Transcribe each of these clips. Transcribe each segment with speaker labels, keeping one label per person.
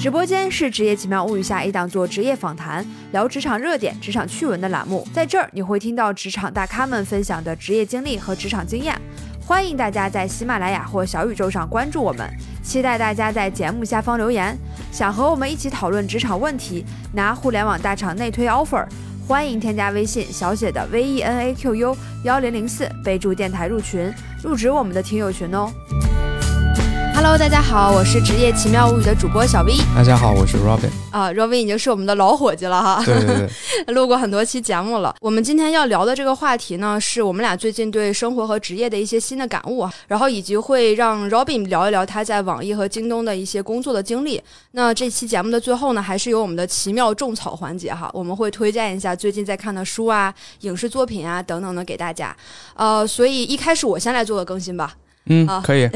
Speaker 1: 直播间是《职业奇妙物语》下一档做职业访谈、聊职场热点、职场趣闻的栏目，在这儿你会听到职场大咖们分享的职业经历和职场经验。欢迎大家在喜马拉雅或小宇宙上关注我们，期待大家在节目下方留言。想和我们一起讨论职场问题，拿互联网大厂内推 offer，欢迎添加微信小写的 V E N A Q U 幺零零四，备注电台入群，入职我们的听友群哦。Hello，大家好，我是职业奇妙物语的主播小 V
Speaker 2: 大家好，我是 Robin。
Speaker 1: 啊、r o b i n 已经是我们的老伙计了哈。
Speaker 2: 对对对，
Speaker 1: 录过很多期节目了。我们今天要聊的这个话题呢，是我们俩最近对生活和职业的一些新的感悟，啊然后以及会让 Robin 聊一聊他在网易和京东的一些工作的经历。那这期节目的最后呢，还是有我们的奇妙种草环节哈，我们会推荐一下最近在看的书啊、影视作品啊等等的给大家。呃，所以一开始我先来做个更新吧。
Speaker 2: 嗯，
Speaker 1: 啊
Speaker 2: 可以，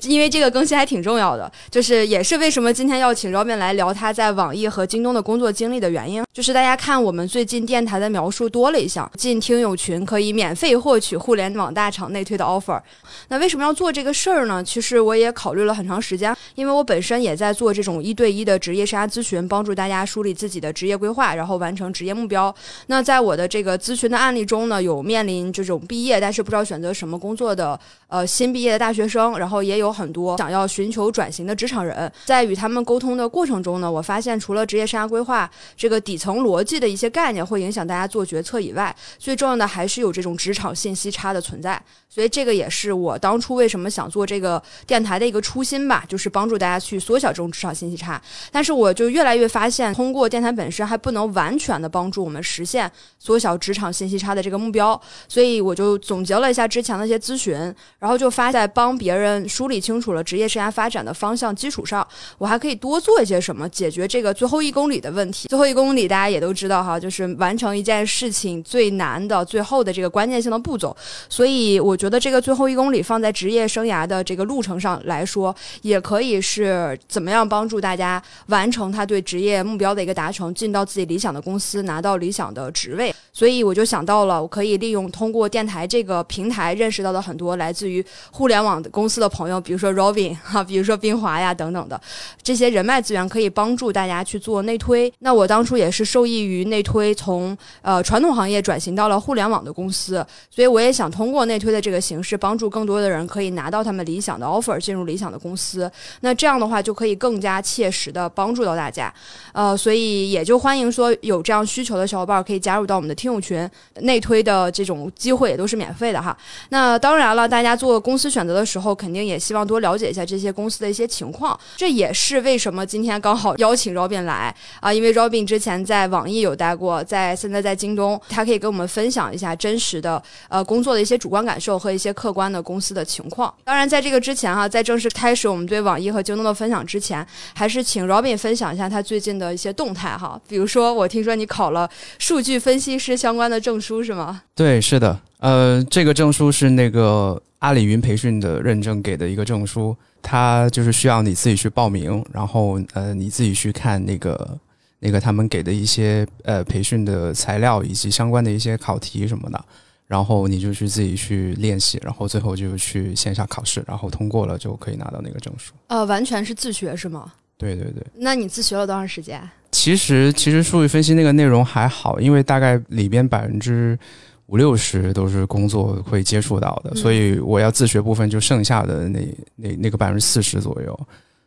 Speaker 1: 因为这个更新还挺重要的，就是也是为什么今天要请 Robin 来聊他在网易和京东的工作经历的原因。就是大家看我们最近电台的描述多了一项，进听友群可以免费获取互联网大厂内推的 offer。那为什么要做这个事儿呢？其实我也考虑了很长时间，因为我本身也在做这种一对一的职业生涯咨询，帮助大家梳理自己的职业规划，然后完成职业目标。那在我的这个咨询的案例中呢，有面临这种毕业但是不知道选择什么工作的呃新毕业的大学生，然后也有很多想要寻求转型的职场人。在与他们沟通的过程中呢，我发现除了职业生涯规划这个底层逻辑的一些概念会影响大家做决策以外，最重要的还是有这种职场信息差的存在。所以这个也是我当初为什么想做这个电台的一个初心吧，就是帮助大家去缩小这种职场信息差。但是我就越来越发现，通过电台本身还不能完全的帮助我们实现缩小职场信息差的这个目标，所以我就总结了一下之前的一些咨询，然后就发在帮别人梳理清楚了职业生涯发展的方向基础上，我还可以多做一些什么，解决这个最后一公里的问题。最后一公里大家也都知道哈，就是完成一件事情最难的最后的这个关键性的步骤。所以我觉得这个最后一公里放在职业生涯的这个路程上来说，也可以是怎么样帮助大家完成他对职业目标的一个达成，进到自己理想的公司，拿到理想的职位。所以我就想到了，我可以利用通过电台这个平台认识到的很多来自于互联网公司的朋友，比如说 Robin 哈、比如说冰华呀等等的这些人脉资源，可以帮助大家去做内推。那我当初也是受益于内推从呃传统行业转型到了互联网的公司，所以我也想通过内推的这个形式，帮助更多的人可以拿到他们理想的 offer，进入理想的公司。那这样的话，就可以更加切实的帮助到大家。呃，所以也就欢迎说有这样需求的小伙伴可以加入到我们的听友群，内推的这种机会也都是免费的哈。那当然了，大家做公司选择的时候，肯定也希望多了解一下这些公司的一些情况。这也是为什么今天刚好邀请 Robin 来啊，因为 Robin 之前在网易有待过，在现在在京东，他可以跟我们分享一下真实的呃工作的一些主观感受和一些客观的公司的情况。当然，在这个之前哈、在正式开始我们对网易和京东的分享之前，还是请 Robin 分享一下他最近的一些动态哈。比如说，我听说你考了数据分析师相关的证书是吗？
Speaker 2: 对，是的，呃，这个证书是那个阿里云培训的认证给的一个证书，它就是需要你自己去报名，然后呃，你自己去看那个那个他们给的一些呃培训的材料以及相关的一些考题什么的，然后你就去自己去练习，然后最后就去线下考试，然后通过了就可以拿到那个证书。
Speaker 1: 呃，完全是自学是吗？
Speaker 2: 对对对。
Speaker 1: 那你自学了多长时间？
Speaker 2: 其实其实数据分析那个内容还好，因为大概里边百分之五六十都是工作会接触到的，
Speaker 1: 嗯
Speaker 2: 所以我要自学部分就剩下的那那那个百分之四十左右，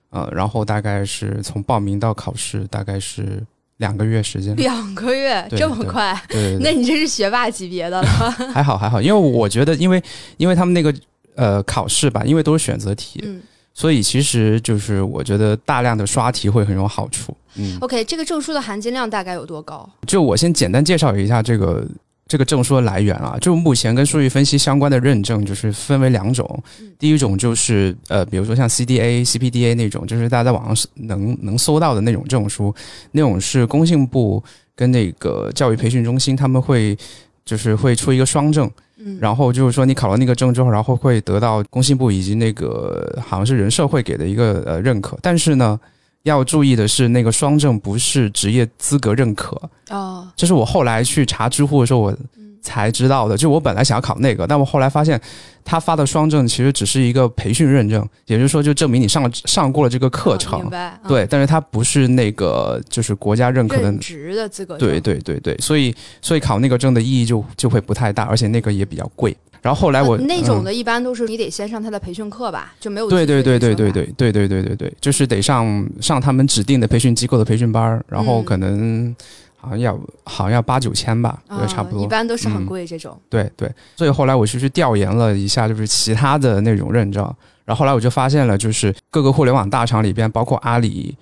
Speaker 2: 呃，然后大概是从报名到考试大概是两个月时间，对
Speaker 1: 两个月
Speaker 2: 对
Speaker 1: 这么
Speaker 2: 对
Speaker 1: 快？
Speaker 2: 对
Speaker 1: 那
Speaker 2: 对，
Speaker 1: 你这是学霸级别的了。
Speaker 2: 还好还好，因为我觉得因为因为他们那个呃考试吧，因为都是选择题，
Speaker 1: 嗯
Speaker 2: 所以其实就是我觉得大量的刷题会很有好处，嗯。
Speaker 1: ，OK，这个证书的含金量大概有多高？
Speaker 2: 就我先简单介绍一下这个这个证书的来源啊，就目前跟数据分析相关的认证就是分为两种，第一种就是呃，比如说像 CDA、CPDA 那种，就是大家在网上是能能搜到的那种证书，那种是工信部跟那个教育培训中心他们会。就是会出一个双证，
Speaker 1: 嗯，
Speaker 2: 然后就是说你考了那个证之后，然后会得到工信部以及那个好像是人社会给的一个呃认可。但是呢，要注意的是，那个双证不是职业资格认可，
Speaker 1: 哦，
Speaker 2: 这是我后来去查知乎的时候，我才知道的。就我本来想要考那个，但我后来发现，他发的双证其实只是一个培训认证，也就是说，就证明你上了上过了这个课
Speaker 1: 啊
Speaker 2: 程
Speaker 1: 明。白？嗯、
Speaker 2: 对，但是它不是那个就是国家认可的
Speaker 1: 任，职的资格证，
Speaker 2: 对对对对，所以所以考那个证的意义就就会不太大，而且那个也比较贵。然后后来
Speaker 1: 呃
Speaker 2: 我、
Speaker 1: 那种
Speaker 2: 嗯
Speaker 1: 的一般都是你得先上他的培训课吧，就没有
Speaker 2: 对
Speaker 1: 自
Speaker 2: 对
Speaker 1: 学的
Speaker 2: 对对
Speaker 1: 说
Speaker 2: 对
Speaker 1: 法
Speaker 2: 对对对对对对，就是得上上他们指定的培训机构的培训班儿，然后
Speaker 1: 嗯
Speaker 2: 可能好像要好像要八九千吧，
Speaker 1: 啊
Speaker 2: 对，差不
Speaker 1: 一
Speaker 2: 多。
Speaker 1: 般都是很
Speaker 2: 嗯
Speaker 1: 贵这种。
Speaker 2: 对对，所以后来我就去调研了一下，就是其他的那种认证，然后后来我就发现了，就是各个互联网大厂里边，包括阿里、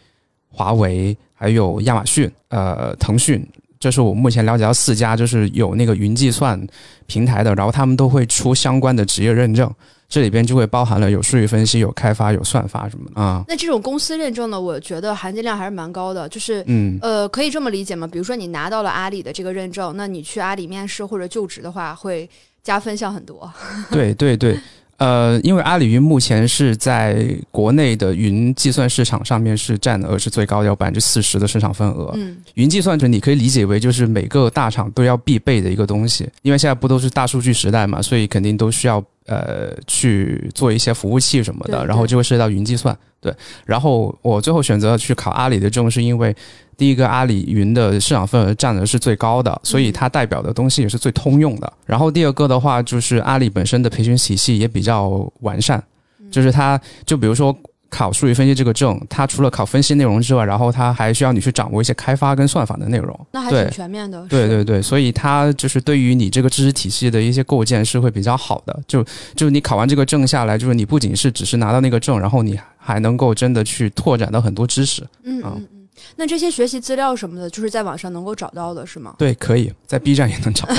Speaker 2: 华为，还有亚马逊、呃腾讯，这是我目前了解到四家，就是有那个云计算平台的，然后他们都会出相关的职业认证，这里边就会包含了有数据分析、有开发、有算法什么的啊，
Speaker 1: 那这种公司认证呢，我觉得含金量还是蛮高的，就是。
Speaker 2: 嗯。
Speaker 1: 呃，可以这么理解吗？比如说你拿到了阿里的这个认证，那你去阿里面试或者就职的话，会加分项很多。
Speaker 2: 对对对，呃，因为阿里云目前是在国内的云计算市场上面是占的额是最高的，有百分之四十的市场份额。
Speaker 1: 嗯，
Speaker 2: 云计算者你可以理解为就是每个大厂都要必备的一个东西，因为现在不都是大数据时代嘛，所以肯定都需要呃去做一些服务器什么
Speaker 1: 对
Speaker 2: 的，然后
Speaker 1: 对
Speaker 2: 就会涉及到云计算。对，然后我最后选择去考阿里的证，是因为第一个阿里云的市场份额占的是最高的，所以它代表的东西也是最通用的。然后第二个的话，就是阿里本身的培训体系也比较完善，就是它就比如说。考数据分析这个证，它除了考分析内容之外，然后它还需要你去掌握一些开发跟算法的内容。
Speaker 1: 那还
Speaker 2: 对
Speaker 1: 挺全面的。
Speaker 2: 对
Speaker 1: 是，
Speaker 2: 对对，所以它就是对于你这个知识体系的一些构建是会比较好的。就就你考完这个证下来，就是你不仅是只是拿到那个证，然后你还能够真的去拓展到很多知识。
Speaker 1: 嗯
Speaker 2: 啊
Speaker 1: 嗯嗯。那这些学习资料什么的，就是在网上能够找到的，是吗？
Speaker 2: 对，可以在 B 站也能找到。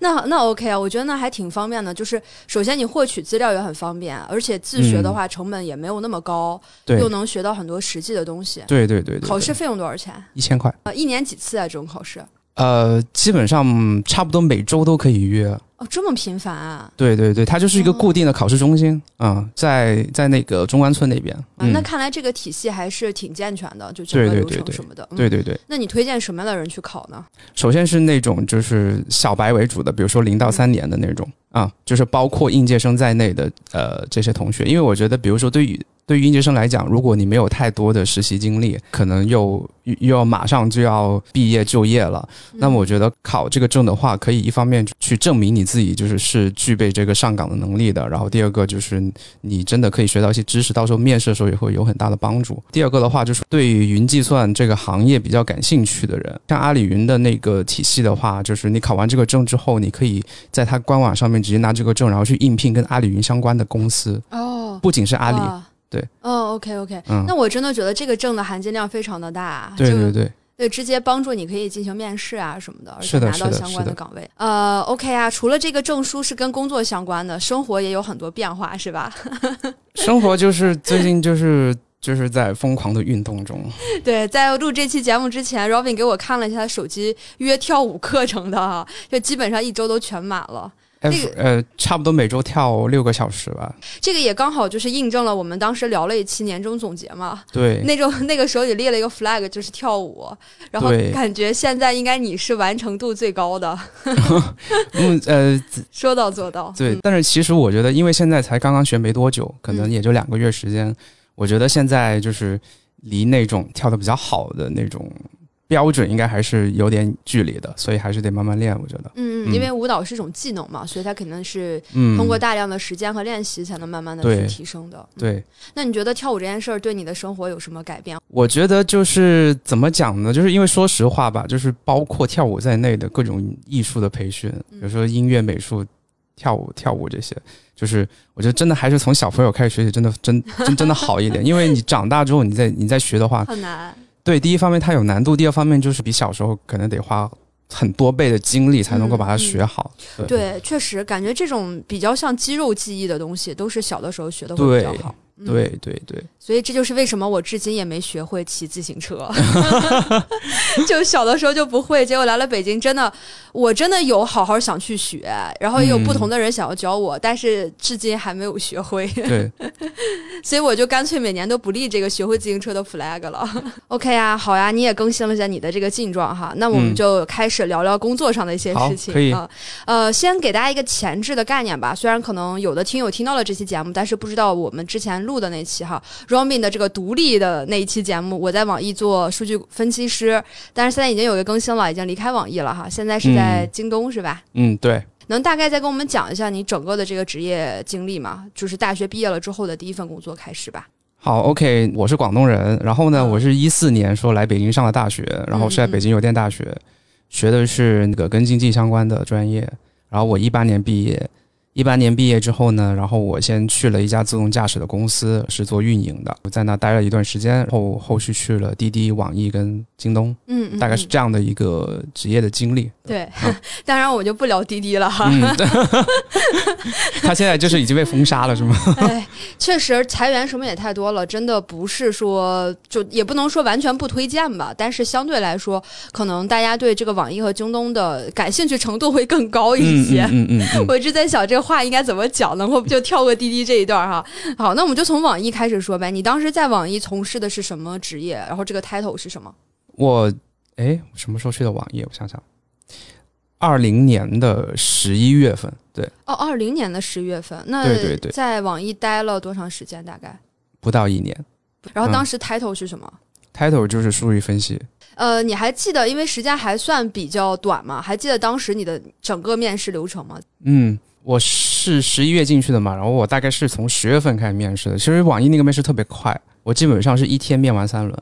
Speaker 1: 那那 OK 啊，我觉得那还挺方便的。就是首先你获取资料也很方便，而且自学的
Speaker 2: 嗯
Speaker 1: 话成本也没有那么高，
Speaker 2: 对
Speaker 1: 又能学到很多实际的东西。
Speaker 2: 对对对对，
Speaker 1: 考试费用多少钱？
Speaker 2: 一千块，
Speaker 1: 啊，一年几次啊？这种考试？
Speaker 2: 呃，基本上差不多每周都可以约。
Speaker 1: 哦，这么频繁啊？
Speaker 2: 对对对，它就是一个固定的考试中心，嗯，在在那个中关村那边。
Speaker 1: 啊，
Speaker 2: 嗯
Speaker 1: 那看来这个体系还是挺健全的，就整个
Speaker 2: 对
Speaker 1: 流
Speaker 2: 对对
Speaker 1: 程
Speaker 2: 对
Speaker 1: 什么的。嗯
Speaker 2: 对对对，
Speaker 1: 那你推荐什么样的人去考呢？
Speaker 2: 首先是那种就是小白为主的，比如说零到三年的那种啊，就是包括应届生在内的呃这些同学，因为我觉得，比如说对于对于应届生来讲，如果你没有太多的实习经历，可能又又又要马上就要毕业就业了，那么我觉得考这个证的话，可以一方面去证明你自己就是是具备这个上岗的能力的，然后第二个就是你真的可以学到一些知识，到时候面试的时候也会有很大的帮助。第二个的话，就是对于云计算这个行业比较感兴趣的人，像阿里云的那个体系的话，就是你考完这个证之后，你可以在它官网上面直接拿这个证，然后去应聘跟阿里云相关的公司，
Speaker 1: 哦，
Speaker 2: 不仅是阿里，
Speaker 1: 哇
Speaker 2: 对，
Speaker 1: 哦，OK OK，、
Speaker 2: 嗯
Speaker 1: 那我真的觉得这个证的含金量非常的大，
Speaker 2: 对
Speaker 1: 就
Speaker 2: 对对。
Speaker 1: 对，直接帮助你可以进行面试啊什么的，而且
Speaker 2: 是的
Speaker 1: 拿到
Speaker 2: 是的
Speaker 1: 相
Speaker 2: 是
Speaker 1: 关的
Speaker 2: 的
Speaker 1: 岗位。呃，OK 啊，除了这个证书是跟工作相关的，生活也有很多变化，是 吧？
Speaker 2: 生活就是最近就是就是在疯狂的运 动中，
Speaker 1: 对，在录这期节目之前，Robin 给我看了一下他手机约跳舞课程的哈，就基本上一周都全满了。
Speaker 2: 哎
Speaker 1: 这个
Speaker 2: 呃，差不多每周跳六个小时吧。
Speaker 1: 这个也刚好就是印证了我们当时聊了一期年终总结嘛。
Speaker 2: 对，
Speaker 1: 那种 那个时候你列了一个 flag 就是跳舞，然后
Speaker 2: 对
Speaker 1: 感觉现在应该你是完成度最高的，
Speaker 2: 嗯呃，
Speaker 1: 说到做到。
Speaker 2: 对，但是其实我觉得，因为现在才刚刚学没多久，可能
Speaker 1: 嗯
Speaker 2: 也就两个月时间，我觉得现在就是离那种跳的比较好的那种标准，应该还是有点距离的，所以还是得慢慢练。我觉得，
Speaker 1: 嗯，
Speaker 2: 嗯
Speaker 1: 因为舞蹈是一种技能嘛，所以它肯定是
Speaker 2: 嗯，
Speaker 1: 通过大量的时间和练习才能慢慢的去
Speaker 2: 对
Speaker 1: 提升的。嗯，
Speaker 2: 对，
Speaker 1: 那你觉得跳舞这件事儿对你的生活有什么改变？
Speaker 2: 我觉得就是怎么讲呢？就是因为说实话吧，就是包括跳舞在内的各种艺术的培训，
Speaker 1: 嗯
Speaker 2: 比如说音乐、美术、跳舞、跳舞这些，就是我觉得真的还是从小朋友开始学习，真的真真真的好一点。因为你长大之后，你再你再学的话，
Speaker 1: 很难，
Speaker 2: 对，第一方面它有难度，第二方面就是比小时候可能得花很多倍的精力才能够
Speaker 1: 嗯
Speaker 2: 把它学好。
Speaker 1: 对，确实感觉这种比较像肌肉记忆的东西，都是小的时候学的会比
Speaker 2: 对
Speaker 1: 较好。嗯
Speaker 2: 对对对
Speaker 1: 所以这就是为什么我至今也没学会骑自行车， 就小的时候就不会，结果来了北京，真的，我真的有好好想去学，然后也有不同的人想要教我，但是至今还没有学会。
Speaker 2: 对
Speaker 1: 所以我就干脆每年都不立这个学会自行车的 flag 了。OK 啊，好呀，你也更新了一下你的这个近状哈，那我们
Speaker 2: 嗯
Speaker 1: 就开始聊聊工作上的一些
Speaker 2: 好
Speaker 1: 事情
Speaker 2: 可以
Speaker 1: 啊、呃，先给大家一个前置的概念吧，虽然可能有的听友听到了这期节目，但是不知道我们之前录的那期哈 Robin 的这个独立的那一期节目，我在网易做数据分析师，但是现在已经有一个更新了，已经离开网易了哈，现在是在
Speaker 2: 嗯
Speaker 1: 京东、是吧？
Speaker 2: 嗯，对，
Speaker 1: 能大概再跟我们讲一下你整个的这个职业经历吗？就是大学毕业了之后的第一份工作开始吧。
Speaker 2: 好，OK，我是广东人，然后呢，
Speaker 1: 嗯
Speaker 2: 我是一四年说来北京上的大学，然后是在
Speaker 1: 嗯嗯
Speaker 2: 北京邮电大学学的是那个跟经济相关的专业，然后我一八年毕业，一八年毕业之后呢，然后我先去了一家自动驾驶的公司，是做运营的，我在那待了一段时间，然后后续去了滴滴、网易跟京东，
Speaker 1: 嗯，嗯
Speaker 2: 大概是
Speaker 1: 嗯
Speaker 2: 这样的一个职业的经历。
Speaker 1: 对。 当然，我就不聊滴滴了哈。
Speaker 2: 嗯， 他现在就是已经被封杀了，是 吗？
Speaker 1: 哎， 确实裁员什么也太多了，真的不是说就也不能说完全不推荐吧，但是相对来说，可能大家对这个网易和京东的感兴趣程度会更高一些。
Speaker 2: 嗯嗯嗯嗯
Speaker 1: 我一直在想这话应该怎么讲呢，我就跳过滴滴这一段哈。好，那我们就从网易开始说呗。你当时在网易从事的是什么职业？然后这个 title 是什么？
Speaker 2: 我哎，我什么时候去的网页？我想想，二零年的十一月份，对，
Speaker 1: 哦，二零年的十月份，那
Speaker 2: 对对对
Speaker 1: 在网易待了多长时间？大概？
Speaker 2: 不到一年。
Speaker 1: 然后
Speaker 2: 嗯
Speaker 1: 当时 title 是什么？
Speaker 2: title 就是数据分析，
Speaker 1: 呃，你还记得，因为时间还算比较短嘛，还记得当时你的整个面试流程吗？
Speaker 2: 嗯。我是十一月进去的嘛，然后我大概是从十月份开始面试的。其实网易那个面试特别快，我基本上是一天面完三轮。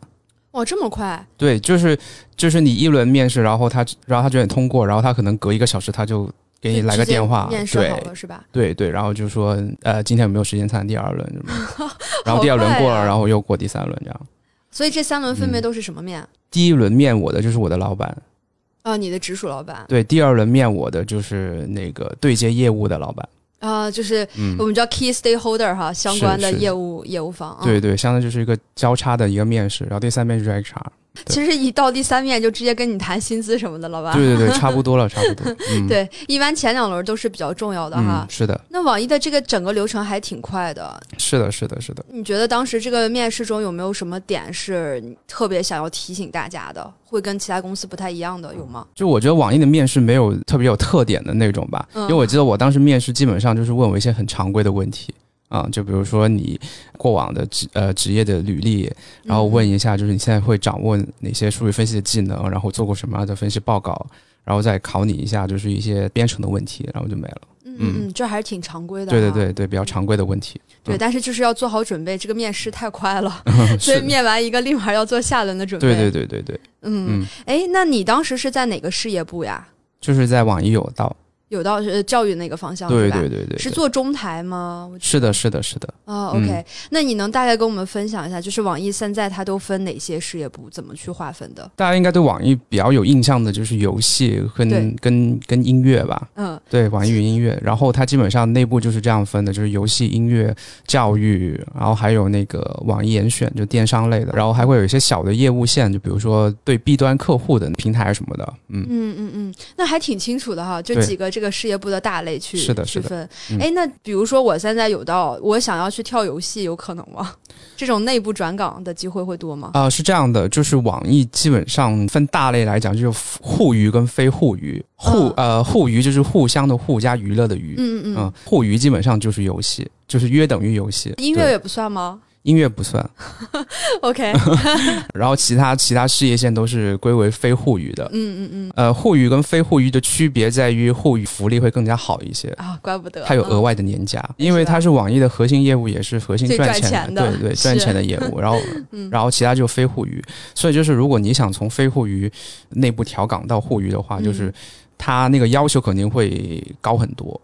Speaker 1: 哇，这么快！
Speaker 2: 对，就是就是你一轮面试，然后他然后他觉得你通过，然后他可能隔一个小时他就给你
Speaker 1: 就
Speaker 2: 来
Speaker 1: 直
Speaker 2: 个
Speaker 1: 接
Speaker 2: 电话，
Speaker 1: 面试
Speaker 2: 对
Speaker 1: 好了是吧？
Speaker 2: 对对，然后就说呃今天有没有时间参加第二轮什么 的然后第二轮
Speaker 1: 快
Speaker 2: 过了，
Speaker 1: 啊
Speaker 2: 然后又过第三轮这样。
Speaker 1: 所以这三轮分别
Speaker 2: 嗯
Speaker 1: 都是什么面？
Speaker 2: 第一轮面我的就是我的老板，
Speaker 1: 啊、你的直属老板
Speaker 2: 对，第二轮面我的就是那个对接业务的老板，
Speaker 1: 啊、就是
Speaker 2: 嗯
Speaker 1: 我，们叫 key stakeholder 哈，相
Speaker 2: 是
Speaker 1: 关的
Speaker 2: 是
Speaker 1: 业务业务方。啊
Speaker 2: 对，对，相当于就是一个交叉的一个面试，然后第三面是 HR，
Speaker 1: 其实一到第三面就直接跟你谈薪资什么的了吧？
Speaker 2: 对对 对，差不多了，差不多，嗯，
Speaker 1: 对一般前两轮都是比较重要的哈。
Speaker 2: 嗯，是的，
Speaker 1: 那网易的这个整个流程还挺快的，
Speaker 2: 是的，是的，是的。
Speaker 1: 你觉得当时这个面试中有没有什么点是你特别想要提醒大家的，会跟其他公司不太一样的，有吗？
Speaker 2: 就我觉得网易的面试没有特别有特点的那种吧，
Speaker 1: 嗯
Speaker 2: 因为我记得我当时面试基本上就是问我一些很常规的问题啊、就比如说你过往的职呃职业的履历，然后问一下就是你现在会掌握哪些数据分析的技能，然后做过什么样的分析报告，然后再考你一下就是一些编程的问题，然后就没了。
Speaker 1: 嗯嗯，嗯，这还是挺常规的、
Speaker 2: 对对对。对，比较常规的问题。
Speaker 1: 对，
Speaker 2: 嗯
Speaker 1: 但是就是要做好准备，这个面试太快了，所以
Speaker 2: 是的
Speaker 1: 面完一个，立马要做下轮的准备。
Speaker 2: 对对对对对，
Speaker 1: 嗯
Speaker 2: 嗯，
Speaker 1: 哎，那你当时是在哪个事业部呀？
Speaker 2: 就是在网易有道。
Speaker 1: 有到呃教育那个方向
Speaker 2: 对
Speaker 1: 是吧？
Speaker 2: 对对对，
Speaker 1: 是
Speaker 2: 对
Speaker 1: 做中台吗？我
Speaker 2: 是的是的是的。
Speaker 1: 啊、o
Speaker 2: 嗯
Speaker 1: k 那你能大概跟我们分享一下，就是网易现在它都分哪些事业部，怎么去划分的？
Speaker 2: 大家应该对网易比较有印象的就是游戏
Speaker 1: 对
Speaker 2: 跟跟跟音乐吧，
Speaker 1: 嗯，
Speaker 2: 对，网易云音乐，然后它基本上内部就是这样分的，就是游戏、音乐、教育，然后还有那个网易严选，就电商类的，然后还会有一些小的业务线，就比如说对 B 端客户的平台什么的，嗯，
Speaker 1: 嗯嗯嗯，那还挺清楚的哈，就
Speaker 2: 对
Speaker 1: 几个这个事业部的大类去
Speaker 2: 是的
Speaker 1: 区
Speaker 2: 是的
Speaker 1: 分。
Speaker 2: 嗯
Speaker 1: 哎、那比如说我现在有到我想要去跳游戏，有可能吗？这种内部转岗的机会会多吗？
Speaker 2: 啊、是这样的，就是网易基本上分大类来讲，就是互娱跟非互娱，互、呃互娱就是互相的互加娱乐的娱，
Speaker 1: 嗯嗯嗯，
Speaker 2: 互娱基本上就是游戏，就是约等于游戏，
Speaker 1: 音乐
Speaker 2: 对
Speaker 1: 也不算吗
Speaker 2: 音乐不算，
Speaker 1: ？OK，
Speaker 2: 然后其他其他事业线都是归为非互娱的，
Speaker 1: 嗯嗯嗯，
Speaker 2: 呃，互娱跟非互娱的区别在于，互娱福利会更加好一些，
Speaker 1: 啊，怪不得
Speaker 2: 它有
Speaker 1: 嗯
Speaker 2: 额外的年假，
Speaker 1: 嗯
Speaker 2: 因为它是网易的核心业务，也是核心
Speaker 1: 最
Speaker 2: 赚
Speaker 1: 赚
Speaker 2: 钱
Speaker 1: 钱的
Speaker 2: 对对，
Speaker 1: 是嗯
Speaker 2: 赚钱的业 务。然后，然后其他就非互娱，所以就是如果你想从非互娱内部调岗到互娱的话，
Speaker 1: 嗯
Speaker 2: 就是它那个要求肯定会高很多。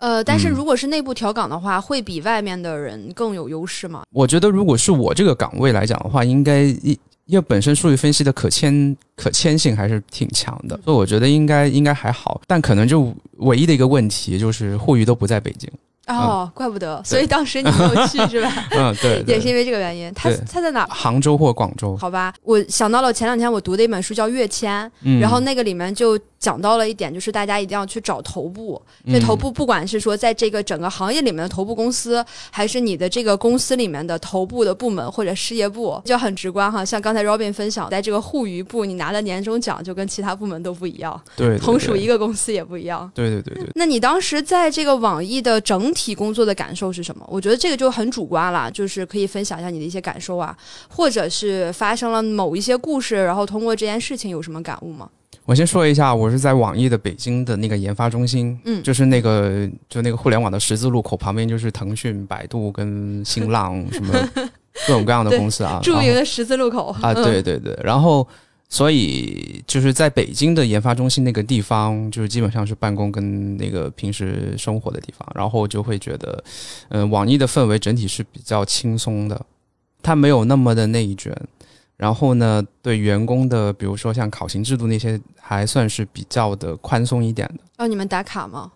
Speaker 1: 呃，但是
Speaker 2: 嗯
Speaker 1: 如果是内部调岗的话，会比外面的人更有优势吗？
Speaker 2: 我觉得如果是我这个岗位来讲的话，应该一。因为本身数据分析的可迁可迁性还是挺强
Speaker 1: 嗯
Speaker 2: 的， 所以我觉得应该应该还好，但可能就唯一的一个问题就是互娱都不在北京。
Speaker 1: 哦，怪不得，所以当时你没有 去是吧？
Speaker 2: 嗯，对，对
Speaker 1: 也是因为这个原因。他
Speaker 2: 对
Speaker 1: 他在哪儿？
Speaker 2: 杭州或广州，
Speaker 1: 好吧，我想到了前两天我读的一本书叫《跃迁》，
Speaker 2: 嗯，
Speaker 1: 然后那个里面就讲到了一点，就是大家一定要去找头部。
Speaker 2: 嗯
Speaker 1: 这头部不管是说在这个整个行业里面的头部公司，还是你的这个公司里面的头部的部门或者事业部，就很直观哈。像刚才 Robin 分享，在这个互娱部，你拿的年终奖就跟其他部门都不一样，
Speaker 2: 对对
Speaker 1: 同属
Speaker 2: 对
Speaker 1: 一个公司也不一样。
Speaker 2: 对对对对，
Speaker 1: 那你当时在这个网易的整体工作的感受是什么？我觉得这个就很主观啦，就是可以分享一下你的一些感受啊，或者是发生了某一些故事，然后通过这件事情有什么感悟吗？
Speaker 2: 我先说一下，我是在网易的北京的那个研发中心，
Speaker 1: 嗯
Speaker 2: 就是那个就那个互联网的十字路口旁边，就是腾讯、百度跟新浪 什么各种各样的公司啊，
Speaker 1: 著
Speaker 2: 然后
Speaker 1: 名的十字路口嗯
Speaker 2: 啊，对对对，然后所以就是在北京的研发中心那个地方，就是基本上是办公跟那个平时生活的地方，然后就会觉得，嗯、网易的氛围整体是比较轻松的，它没有那么的内卷。然后呢，对员工的，比如说像考勤制度那些，还算是比较的宽松一点的。
Speaker 1: 哦让你们打卡吗？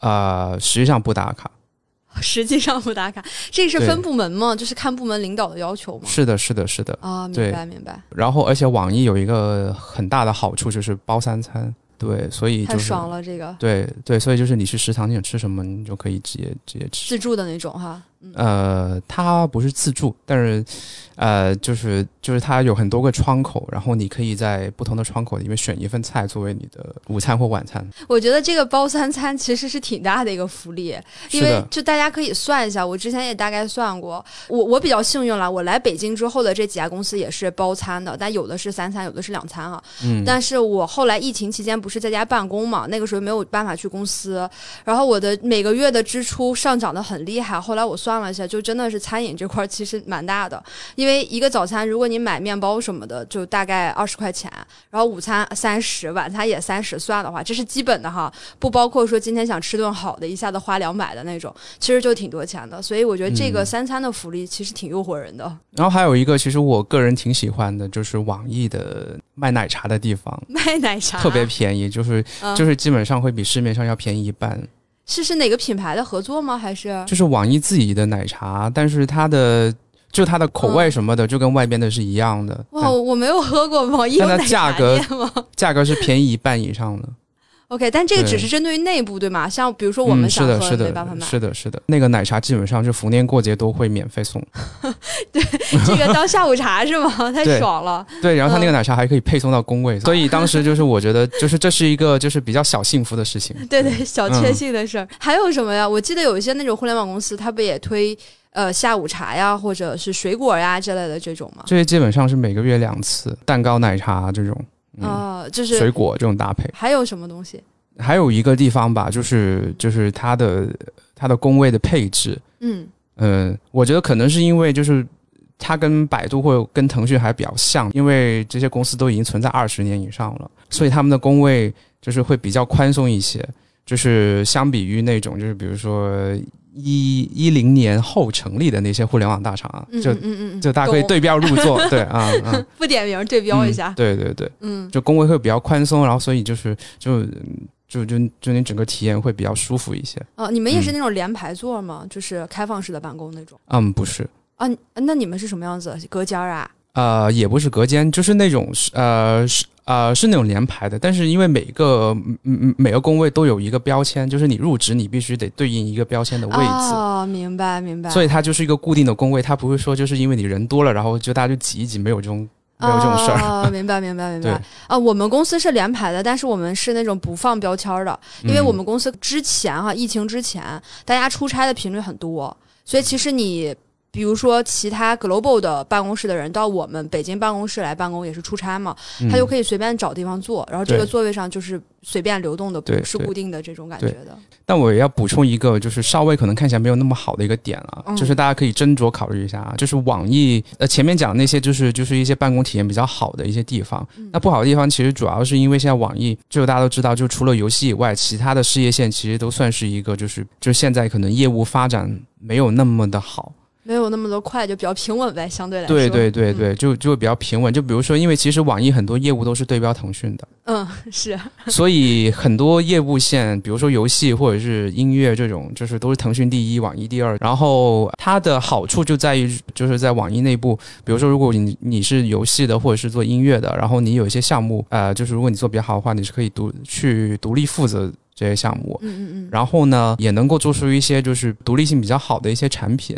Speaker 2: 呃，实际上不打卡。
Speaker 1: 实际上不打卡，这个是
Speaker 2: 对
Speaker 1: 分部门吗？就是看部门领导的要求吗？
Speaker 2: 是的，是的，是的。
Speaker 1: 啊，明
Speaker 2: 对
Speaker 1: 白明白，
Speaker 2: 然后，而且网易有一个很大的好处就是包三餐，对，所以
Speaker 1: 太
Speaker 2: 就是
Speaker 1: 爽了，这个
Speaker 2: 对对，所以就是你去食堂，你想吃什么，你就可以直接直接吃。
Speaker 1: 自助的那种哈，嗯
Speaker 2: 呃，它不是自助，但是呃，就是就是它有很多个窗口，然后你可以在不同的窗口里面选一份菜作为你的午餐或晚餐。
Speaker 1: 我觉得这个包三餐其实是挺大的一个福利，因
Speaker 2: 是
Speaker 1: 为
Speaker 2: 的
Speaker 1: 就大家可以算一下，我之前也大概算过，我我比较幸运了，我来北京之后的这几家公司也是包餐的，但有的是三餐，有的是两餐啊。
Speaker 2: 嗯，
Speaker 1: 但是我后来疫情期间不是在家办公嘛，那个时候没有办法去公司，然后我的每个月的支出上涨的很厉害。后来我算了一下，就真的是餐饮这块儿其实蛮大的，因为一个早餐如果你买面包什么的，就大概二十块钱，然后午餐三十，晚餐也三十，算的话这是基本的哈，不包括说今天想吃顿好的，一下子花两百的那种，其实就挺多钱的。所以我觉得这个
Speaker 2: 嗯
Speaker 1: 三餐的福利其实挺诱惑人的。
Speaker 2: 然后还有一个，其实我个人挺喜欢的，就是网易的卖奶茶的地方，
Speaker 1: 卖奶茶
Speaker 2: 特别便宜，就是、
Speaker 1: 嗯
Speaker 2: 就是基本上会比市面上要便宜一半。
Speaker 1: 是是哪个品牌的合作吗？还是
Speaker 2: 就是网易自己的奶茶，但是它的就它的口味什么的，就跟外边的是一样的。
Speaker 1: 嗯哇，
Speaker 2: 但
Speaker 1: 我我没有喝过网易有
Speaker 2: 但它
Speaker 1: 奶
Speaker 2: 价
Speaker 1: 茶
Speaker 2: 格
Speaker 1: 店吗
Speaker 2: 价格是便宜一半以上的。
Speaker 1: ？OK，但这个
Speaker 2: 对
Speaker 1: 只是针对于内部对吗？像比如说我们
Speaker 2: 嗯、是
Speaker 1: 想
Speaker 2: 的，
Speaker 1: 喝
Speaker 2: 是
Speaker 1: 没办法
Speaker 2: 的，
Speaker 1: 买，
Speaker 2: 是的，是的。那个奶茶基本上是逢年过节都会免 费送，
Speaker 1: 这个当下午茶是吗？太
Speaker 2: 对
Speaker 1: 爽了！
Speaker 2: 对，然后它
Speaker 1: 嗯
Speaker 2: 那个奶茶还可以配送到工位，所以当时就是我觉 得，就是这是一个就是比较小幸福的事情。
Speaker 1: 对对，小确
Speaker 2: 嗯
Speaker 1: 幸的事儿。还有什么呀？我记得有一些那种互联网公司，它不也推呃下午茶呀，或者是水果呀之类的这种吗？
Speaker 2: 这些基本上是每个月两次，蛋糕、奶茶这种，嗯，
Speaker 1: 啊、就
Speaker 2: 水
Speaker 1: 是
Speaker 2: 果这种搭配。
Speaker 1: 还有什么东西？
Speaker 2: 还有一个地方吧，就是就是它的它的工位的配置，
Speaker 1: 嗯，
Speaker 2: 嗯，我觉得可能是因为就是它跟百度或跟腾讯还比较像，因为这些公司都已经存在二十年以上了，所以他们的工位就是会比较宽松一些，就是相比于那种就是比如说一一零年后成立的那些互联网大厂啊，
Speaker 1: 嗯
Speaker 2: 就
Speaker 1: 嗯嗯嗯，
Speaker 2: 就大家可以
Speaker 1: 懂
Speaker 2: 对标入座，对啊啊，嗯
Speaker 1: 不点名对 标一下
Speaker 2: 嗯，对对对，
Speaker 1: 嗯。
Speaker 2: 就工位会比较宽松，然后所以就是就就就就你整个体验会比较舒服一些。
Speaker 1: 啊，你们也是那种连排座吗？就是开放式的办公那种
Speaker 2: 嗯，不是，
Speaker 1: 啊？你那你们是什么样子？隔间儿啊？
Speaker 2: 呃，也不是隔间，就是那种是呃是呃是那种连排的，但是因为每个嗯嗯每个工位都有一个标签，就是你入职你必须得对应一个标签的位置。
Speaker 1: 哦，明白明白。
Speaker 2: 所以它就是一个固定的工位，它不会说就是因为你人多了，然后就大家就挤一挤，没有这种没有这种事儿。
Speaker 1: 哦，明白明白明白
Speaker 2: 对。
Speaker 1: 啊，我们公司是连排的，但是我们是那种不放标签儿的，
Speaker 2: 嗯
Speaker 1: 因为我们公司之前哈、疫情之前，大家出差的频率很多，所以其实你。比如说，其他 global 的办公室的人到我们北京办公室来办公也是出差嘛，
Speaker 2: 嗯
Speaker 1: 他就可以随便找地方坐，然后这个
Speaker 2: 对
Speaker 1: 座位上就是随便流动的，不
Speaker 2: 对
Speaker 1: 是
Speaker 2: 对
Speaker 1: 固定的这种感觉的。
Speaker 2: 但我也要补充一个，就是稍微可能看起来没有那么好的一个点啊，
Speaker 1: 嗯
Speaker 2: 就是大家可以斟酌考虑一下啊。就是网易呃前面讲那些，就是就是一些办公体验比较好的一些地方。那不好的地方，其实主要是因为现在网易，就大家都知道，就除了游戏以外，其他的事业线其实都算是一个，就是就是现在可能业务发展没有那么的好。
Speaker 1: 没有那么的快，就比较平稳呗，相对来说。
Speaker 2: 对对对对，就就比较平稳。就比如说，因为其实网易很多业务都是对标腾讯的，
Speaker 1: 嗯，是，
Speaker 2: 所以很多业务线，比如说游戏或者是音乐这种，就是都是腾讯第一，网易第二。然后它的好处就在于，就是在网易内部，比如说如果你你是游戏的或者是做音乐的，然后你有一些项目，呃，就是如果你做比较好的话，你是可以独去独立负责这些项目。
Speaker 1: 嗯嗯嗯，
Speaker 2: 然后呢，也能够做出一些就是独立性比较好的一些产品。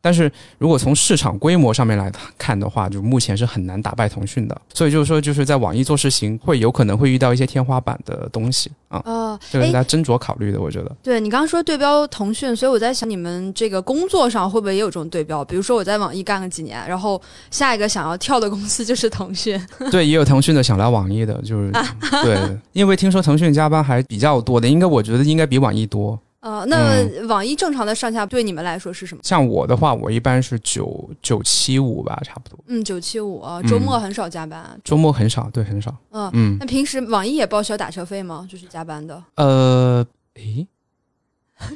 Speaker 2: 但是如果从市场规模上面来看的话，就目前是很难打败腾讯的。所以就是说，就是在网易做事情会有可能会遇到一些天花板的东西啊，
Speaker 1: 哦，
Speaker 2: 这个
Speaker 1: 哎
Speaker 2: 是大家斟酌考虑的。我觉得，
Speaker 1: 对你刚刚说对标腾讯，所以我在想你们这个工作上会不会也有这种对标？比如说我在网易干了几年，然后下一个想要跳的公司就是腾讯。
Speaker 2: 对，也有腾讯的想来网易的，就是
Speaker 1: 啊
Speaker 2: 对，因为听说腾讯加班还比较多的，应该我觉得应该比网易多。
Speaker 1: 呃，那么网易正常的上下对你们来说是什么？
Speaker 2: 像我的话，我一般是九九七五吧，差不多，
Speaker 1: 嗯，九七五，呃周末很少加班。
Speaker 2: 周末很少，对，很少。
Speaker 1: 嗯，
Speaker 2: 嗯，
Speaker 1: 那平时网易也报销打车费吗？就是加班的，
Speaker 2: 呃，诶，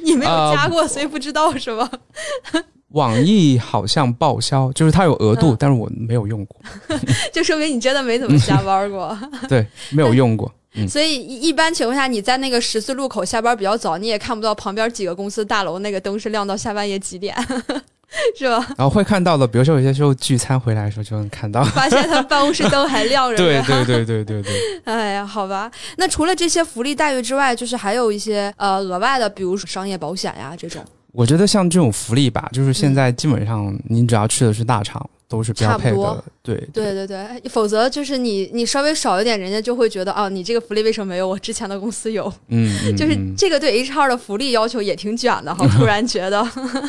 Speaker 1: 你没有
Speaker 2: 呃
Speaker 1: 加过，啊所以不知道是吧？
Speaker 2: 网易好像报销，就是它有额度，
Speaker 1: 嗯
Speaker 2: 但是我没有 用过，
Speaker 1: 就说明你真的没怎么加班 过。
Speaker 2: 对，没有用过。嗯
Speaker 1: 所以一一般情况下，你在那个十字路口下班比较早，你也看不到旁边几个公司大楼那个灯是亮到下半夜几点， 是吧？
Speaker 2: 然后会看到的，比如说有些时候聚餐回来的时候就能看到。
Speaker 1: 发现他们办公室灯还亮着。
Speaker 2: 对
Speaker 1: 是吧
Speaker 2: 对对对对对，
Speaker 1: 哎呀，好吧。那除了这些福利待遇之外，就是还有一些呃额外的，比如说商业保险呀这种，
Speaker 2: 我觉得像这种福利吧，就是现在基本上你只要去的是大厂，都是标配
Speaker 1: 差不多
Speaker 2: 的。对
Speaker 1: 对对对，否则就是你你稍微少一点，人家就会觉得啊，你这个福利为什么没有我之前的公司有？
Speaker 2: 嗯，嗯
Speaker 1: 就是
Speaker 2: 嗯
Speaker 1: 这个对 HR 的福利要求也挺卷 的哈，突然觉得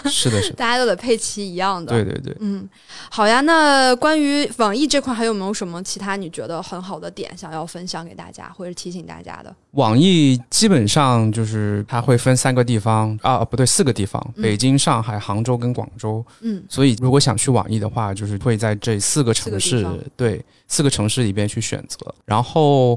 Speaker 2: 是的， 是的，
Speaker 1: 大家都得配齐一样的。
Speaker 2: 对对对。
Speaker 1: 嗯，好呀。那关于网易这块，还有没有什么其他你觉得很好的点想要分享给大家，或者提醒大家的？
Speaker 2: 网易基本上就是它会分三个地方啊，不对，四个地方：
Speaker 1: 嗯
Speaker 2: 北京、上海、杭州跟广州。
Speaker 1: 嗯，
Speaker 2: 所以如果想去网易的话，就是会在这四个
Speaker 1: 四个
Speaker 2: 城
Speaker 1: 地
Speaker 2: 市
Speaker 1: 方，
Speaker 2: 对四个城市里边去选择。然后，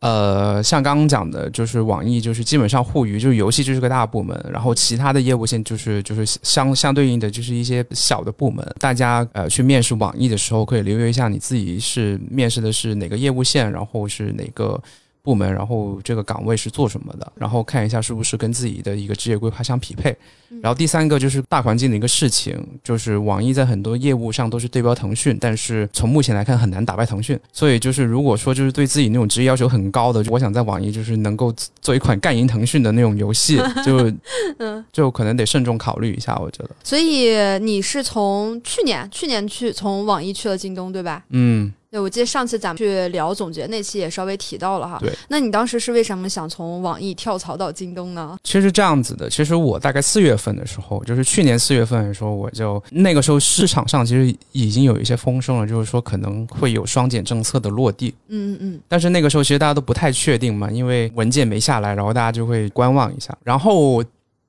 Speaker 2: 呃，像刚刚讲的，就是网易就是基本上互娱，就是游戏就是个大部门，然后其他的业务线就是就是相相对应的就是一些小的部门。大家呃去面试网易的时候，可以留意一下你自己是面试的是哪个业务线，然后是哪个。部门，然后这个岗位是做什么的，然后看一下是不是跟自己的一个职业规划相匹配。然后第三个就是大环境的一个事情，就是网易在很多业务上都是对标腾讯，但是从目前来看很难打败腾讯。所以就是如果说就是对自己那种职业要求很高的，我想在网易就是能够做一款干赢腾讯的那种游戏， 就
Speaker 1: 嗯，
Speaker 2: 就可能得慎重考虑一下，我觉得。
Speaker 1: 所以呃你是从去年去年去从网易去了京东，对吧？
Speaker 2: 嗯，
Speaker 1: 对，我记得上次咱们去聊总结那期也稍微提到了哈。
Speaker 2: 对，
Speaker 1: 那你当时是为什么想从网易跳槽到京东呢？
Speaker 2: 其实是这样子的，其实我大概四月份的时候，就是去年四月份的时候，我就那个时候市场上其实已经有一些风声了，就是说可能会有双减政策的落地。
Speaker 1: 嗯嗯
Speaker 2: 但是那个时候其实大家都不太确定嘛，因为文件没下来，然后大家就会观望一下。然后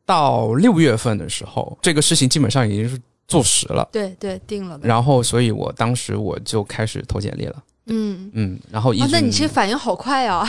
Speaker 2: 到六月份的时候，这个事情基本上已经是坐实了。
Speaker 1: 对对，定了呗。啊
Speaker 2: 然后，所以我当时我就开始投简历了，
Speaker 1: 嗯。
Speaker 2: 嗯，然后一直、
Speaker 1: 哦，那你这反应好快啊！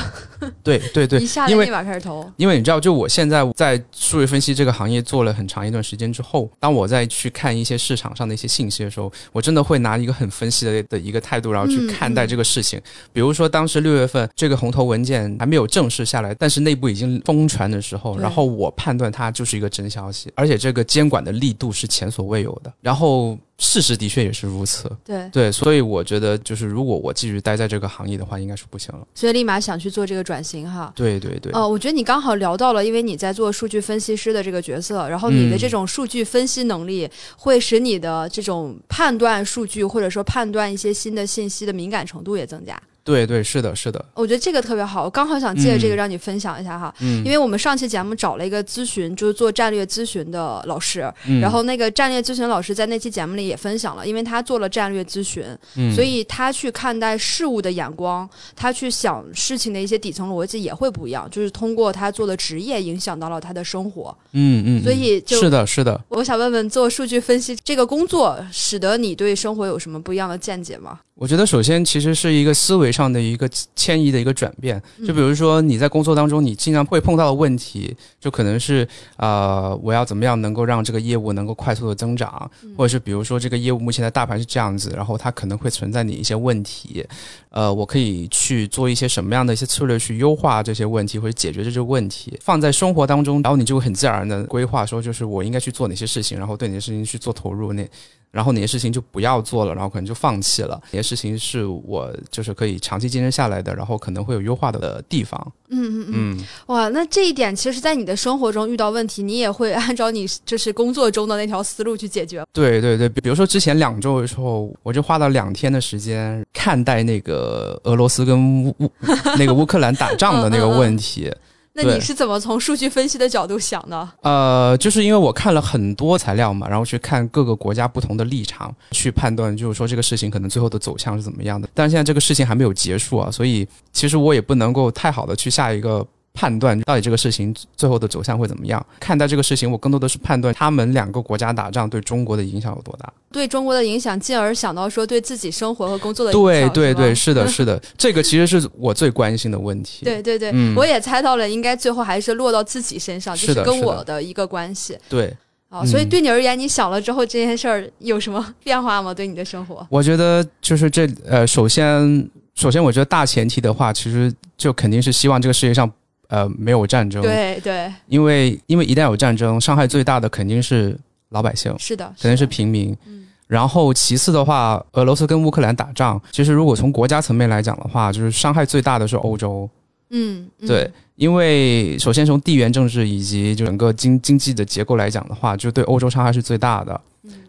Speaker 2: 对对 对
Speaker 1: 一，下来
Speaker 2: 因为
Speaker 1: 立马开始投。
Speaker 2: 因为你知道，就我现在在数据分析这个行业做了很长一段时间之后，当我再去看一些市场上的一些信息的时候，我真的会拿一个很分析的的一个态度，然后去
Speaker 1: 嗯
Speaker 2: 看待这个事情。比如说，当时六月份这个红头文件还没有正式下来，但是内部已经疯传的时候，
Speaker 1: 对
Speaker 2: 然后我判断它就是一个真消息，而且这个监管的力度是前所未有的。然后事实的确也是如此。
Speaker 1: 对，
Speaker 2: 对，所以我觉得就是如果我继续待在这个行业的话，应该是不行了。
Speaker 1: 所以立马想去做这个转型哈。
Speaker 2: 对对对，
Speaker 1: 哦，我觉得你刚好聊到了，因为你在做数据分析师的这个角色，然后你的
Speaker 2: 嗯
Speaker 1: 这种数据分析能力会使你的这种判断数据或者说判断一些新的信息的敏感程度也增加。
Speaker 2: 对对，是的，是的，
Speaker 1: 我觉得这个特别好，我刚好想借着这个
Speaker 2: 嗯
Speaker 1: 让你分享一下哈，
Speaker 2: 嗯，
Speaker 1: 因为我们上期节目找了一个咨询，就是做战略咨询的老师，
Speaker 2: 嗯
Speaker 1: 然后那个战略咨询老师在那期节目里也分享了，因为他做了战略咨询，
Speaker 2: 嗯
Speaker 1: 所以他去看待事物的眼光，他去想事情的一些底层逻辑也会不一样，就是通过他做的职业影响到了他的生活。
Speaker 2: 嗯嗯，
Speaker 1: 所以
Speaker 2: 嗯
Speaker 1: 就是
Speaker 2: 的，是的。
Speaker 1: 我想问问，做数据分析这个工作，使得你对生活有什么不一样的见解吗？
Speaker 2: 我觉得首先其实是一个思维上的一个迁移的一个转变。就比如说你在工作当中，你经常会碰到的问题，就可能是呃，我要怎么样能够让这个业务能够快速的增长，或者是比如说这个业务目前的大盘是这样子，然后它可能会存在你一些问题，呃，我可以去做一些什么样的一些策略去优化这些问题或者解决这些问题，放在生活当中，然后你就会很自然的规划说，就是我应该去做哪些事情，然后对哪些事情去做投入那。然后哪些事情就不要做了，然后可能就放弃了。哪些事情是我就是可以长期坚持下来的，然后可能会有优化的地方。
Speaker 1: 嗯嗯嗯，
Speaker 2: 嗯，
Speaker 1: 哇，那这一点其实，在你的生活中遇到问题，你也会按照你就是工作中的那条思路去解决。
Speaker 2: 对对对，比比如说之前两周的时候，我就花了两天的时间看待那个俄罗斯跟乌乌那个乌克兰打仗的那个问题。
Speaker 1: 那你
Speaker 2: 对
Speaker 1: 是怎么从数据分析的角度想的？
Speaker 2: 呃，就是因为我看了很多材料嘛，然后去看各个国家不同的立场，去判断，就是说这个事情可能最后的走向是怎么样的。但是现在这个事情还没有结束啊，所以其实我也不能够太好的去下一个判断，到底这个事情最后的走向会怎么样。看待这个事情，我更多的是判断他们两个国家打仗对中国的影响有多大。
Speaker 1: 对中国的影响，进而想到说对自己生活和工作的影
Speaker 2: 对
Speaker 1: 响。
Speaker 2: 对
Speaker 1: 是吗
Speaker 2: 对，是 的，是的，这个其实是我最关心的问题。
Speaker 1: 对对对，
Speaker 2: 嗯
Speaker 1: 我也猜到了，应该最后还是落到自己身上，就是
Speaker 2: 的
Speaker 1: 跟
Speaker 2: 是的
Speaker 1: 我的一个关系
Speaker 2: 对，
Speaker 1: 啊。
Speaker 2: 嗯
Speaker 1: 所以对你而言，你想了之后这件事儿有什么 变化吗？对你的生活？
Speaker 2: 我觉得就是这呃，首先首先，我觉得大前提的话，其实就肯定是希望这个世界上呃没有战争，
Speaker 1: 对对，
Speaker 2: 因为因为一旦有战争，伤害最大的肯定是老百姓，
Speaker 1: 是的，
Speaker 2: 肯定是
Speaker 1: 的
Speaker 2: 平民。
Speaker 1: 嗯
Speaker 2: 然后其次的话，俄罗斯跟乌克兰打仗，其实如果从国家层面来讲的话，就是伤害最大的是欧洲，
Speaker 1: 嗯，嗯
Speaker 2: 对，因为首先从地缘政治以及就整个经经济的结构来讲的话，就对欧洲伤害是最大的。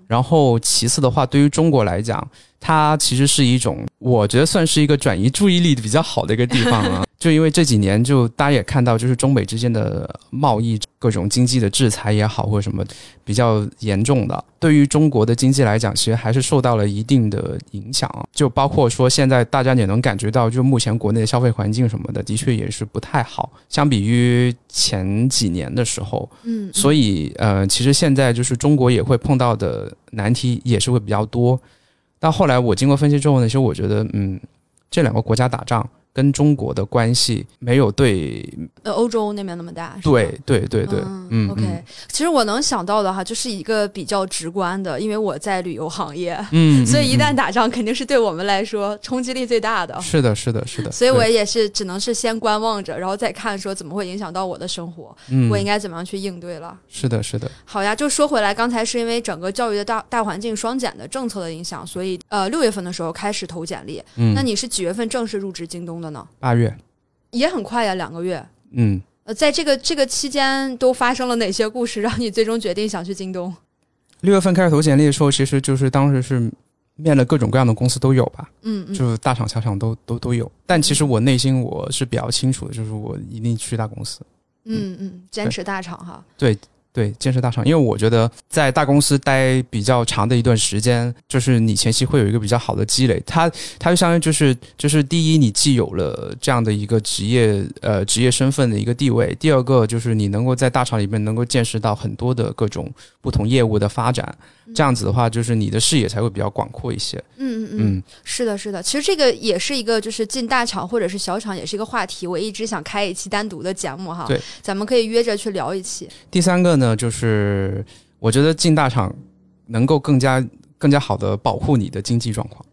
Speaker 2: 然后其次的话，对于中国来讲，它其实是一种，我觉得算是一个转移注意力比较好的一个地方啊。就因为这几年就大家也看到，就是中美之间的贸易各种经济的制裁也好，或者什么比较严重的，对于中国的经济来讲，其实还是受到了一定的影响。就包括说现在大家也能感觉到，就目前国内的消费环境什么的，的确也是不太好，相比于前几年的时候。
Speaker 1: 嗯，嗯
Speaker 2: 所以呃，其实现在就是中国也会碰到的难题也是会比较多。但后来我经过分析之后呢，其实我觉得，嗯，这两个国家打仗跟中国的关系没有对，
Speaker 1: 呃欧洲那边那么大，是吧
Speaker 2: 对对对对，
Speaker 1: 嗯
Speaker 2: 嗯
Speaker 1: ，OK，其实我能想到的哈，就是一个比较直观的，因为我在旅游行业，
Speaker 2: 嗯，
Speaker 1: 所以一旦
Speaker 2: 嗯
Speaker 1: 打仗，肯定是对我们来说冲击力最大的
Speaker 2: 嗯。是的，是的，是的，
Speaker 1: 所以我
Speaker 2: 对
Speaker 1: 也是只能是先观望着，然后再看说怎么会影响到我的生活，
Speaker 2: 嗯，
Speaker 1: 我应该怎么样去应对了。
Speaker 2: 是的，是的，
Speaker 1: 好呀，就说回来，刚才是因为整个教育的大大环境双减的政策的影响，所以呃六月份的时候开始投简历。
Speaker 2: 嗯，
Speaker 1: 那你是几月份正式入职京东的呢？
Speaker 2: 八月，
Speaker 1: 也很快呀，两个月。
Speaker 2: 嗯，
Speaker 1: 呃，在这个这个期间都发生了哪些故事，让你最终决定想去京东？
Speaker 2: 六月份开始投简历的时候，其实就是当时是面了各种各样的公司都有吧，
Speaker 1: 嗯嗯，
Speaker 2: 就是大厂小厂都都都有。但其实我内心我是比较清楚的，就是我一定去大公司。
Speaker 1: 嗯嗯，坚持大厂哈。
Speaker 2: 对，建设大厂，因为我觉得在大公司待比较长的一段时间，就是你前期会有一个比较好的积累。它它就相当于就是就是第一，你既有了这样的一个职业呃职业身份的一个地位；第二个就是你能够在大厂里面能够见识到很多的各种不同业务的发展，这样子的话，就是你的视野才会比较广阔一些。
Speaker 1: 嗯嗯嗯，
Speaker 2: 嗯
Speaker 1: 是的，是的，其实这个也是一个，就是进大厂或者是小厂，也是一个话题。我一直想开一期单独的节目哈，
Speaker 2: 对，
Speaker 1: 咱们可以约着去聊一期。
Speaker 2: 第三个呢，就是我觉得进大厂能够更加更加好的保护你的经济状况，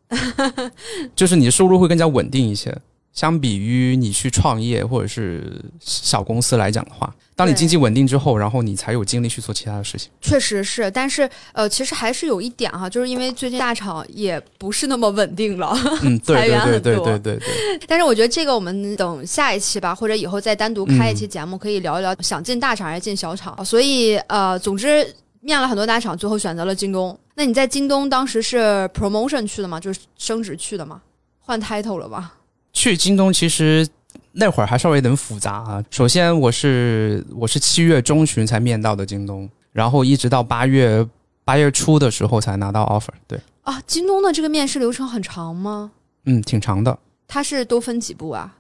Speaker 2: 就是你的收入会更加稳定一些。相比于你去创业或者是小公司来讲的话，当你
Speaker 1: 对
Speaker 2: 经济稳定之后，然后你才有精力去做其他的事情。
Speaker 1: 确实是，但是呃，其实还是有一点哈，就是因为最近大厂也不是那么稳定了。
Speaker 2: 嗯，
Speaker 1: 裁员
Speaker 2: 对对对
Speaker 1: 很
Speaker 2: 对
Speaker 1: 多
Speaker 2: 对对对，
Speaker 1: 但是我觉得这个我们等下一期吧，或者以后再单独开一
Speaker 2: 嗯
Speaker 1: 期节目，可以聊一聊想进大厂还是进小厂。所以呃，总之面了很多大厂，最后选择了京东。那你在京东当时是 promotion 去的吗？就是升职去的吗？换 title 了吧？
Speaker 2: 去京东其实。那会儿还稍微有点复杂啊。首先，我是我是七月中旬才面到的京东，然后一直到八月八月初的时候才拿到 offer。对，
Speaker 1: 啊，京东的这个面试流程很长吗？
Speaker 2: 嗯，挺长的。
Speaker 1: 它是都分几步啊？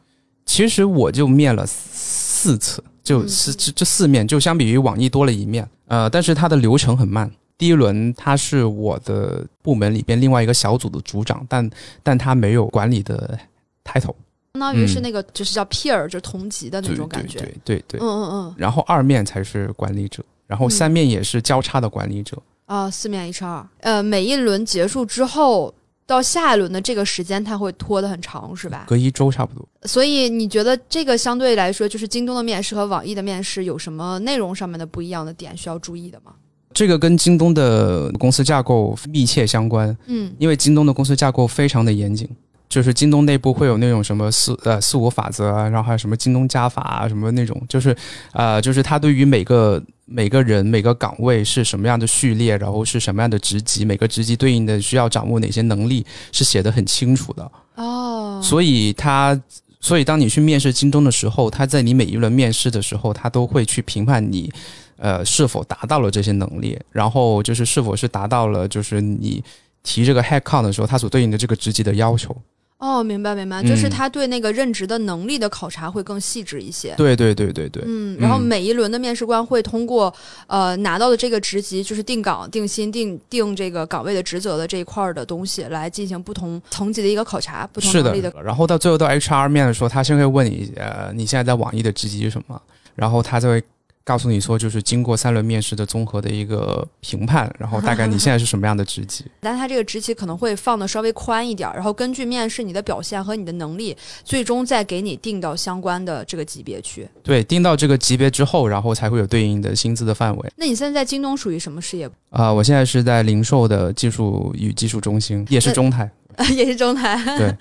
Speaker 2: 其实我就面了四次，就
Speaker 1: 嗯
Speaker 2: 四这这四面，就相比于网易多了一面。呃，但是它的流程很慢。第一轮他是我的部门里边另外一个小组的组长，但但他没有管理的 title，
Speaker 1: 相当于是
Speaker 2: 嗯
Speaker 1: 那个就是叫 peer，就是同级的那
Speaker 2: 对
Speaker 1: 种
Speaker 2: 对
Speaker 1: 感觉。
Speaker 2: 对对对
Speaker 1: 嗯。嗯嗯
Speaker 2: 然后二面才是管理者，然后
Speaker 1: 嗯
Speaker 2: 三面也是交叉的管理者。
Speaker 1: 啊，四面 HR，呃，每一轮结束之后。到下一轮的这个时间，它会拖得很长，是吧？
Speaker 2: 隔一周差不多。
Speaker 1: 所以你觉得这个相对来说，就是京东的面试和网易的面试有什么内容上面的不一样的点需要注意的吗？
Speaker 2: 这个跟京东的公司架构密切相关，
Speaker 1: 嗯
Speaker 2: 因为京东的公司架构非常的严谨，就是京东内部会有那种什么四呃四五法则啊，然后还有什么京东加法啊，什么那种，就是呃就是它对于每个每个人每个岗位是什么样的序列，然后是什么样的职级，每个职级对应的需要掌握哪些能力，是写的很清楚的。
Speaker 1: 哦，
Speaker 2: 所以他，所以当你去面试京东的时候，他在你每一轮面试的时候，他都会去评判你，呃，是否达到了这些能力，然后就是是否是达到了，就是你提这个 headcount 的时候，它所对应的这个职级的要求。
Speaker 1: 哦，明白明白，就是
Speaker 2: 嗯
Speaker 1: 他对那个任职的能力的考察会更细致一些。
Speaker 2: 对对对对对，
Speaker 1: 嗯，然后
Speaker 2: 嗯
Speaker 1: 每一轮的面试官会通过呃拿到的这个职级，就是定岗、定薪、定定这个岗位的职责的这一块儿的东西，来进行不同层级的一个考察，不同
Speaker 2: 是
Speaker 1: 能
Speaker 2: 的
Speaker 1: 力的。。
Speaker 2: 然后到最后到 HR 面的时候，他先会问你，呃，你现在在网易的职级是什么？然后他就会。告诉你说，就是经过三轮面试的综合的一个评判，然后大概你现在是什么样的职级？
Speaker 1: 但他这个职级可能会放的稍微宽一点儿，然后根据面试你的表现和你的能力，最终再给你定到相关的这个级别去。
Speaker 2: 对，定到这个级别之后，然后才会有对应的薪资的范围。
Speaker 1: 那你现在在京东属于什么事业部？
Speaker 2: 啊、我现在是在零售的技术与技术中心，也是中台。
Speaker 1: 也是中台。
Speaker 2: 对，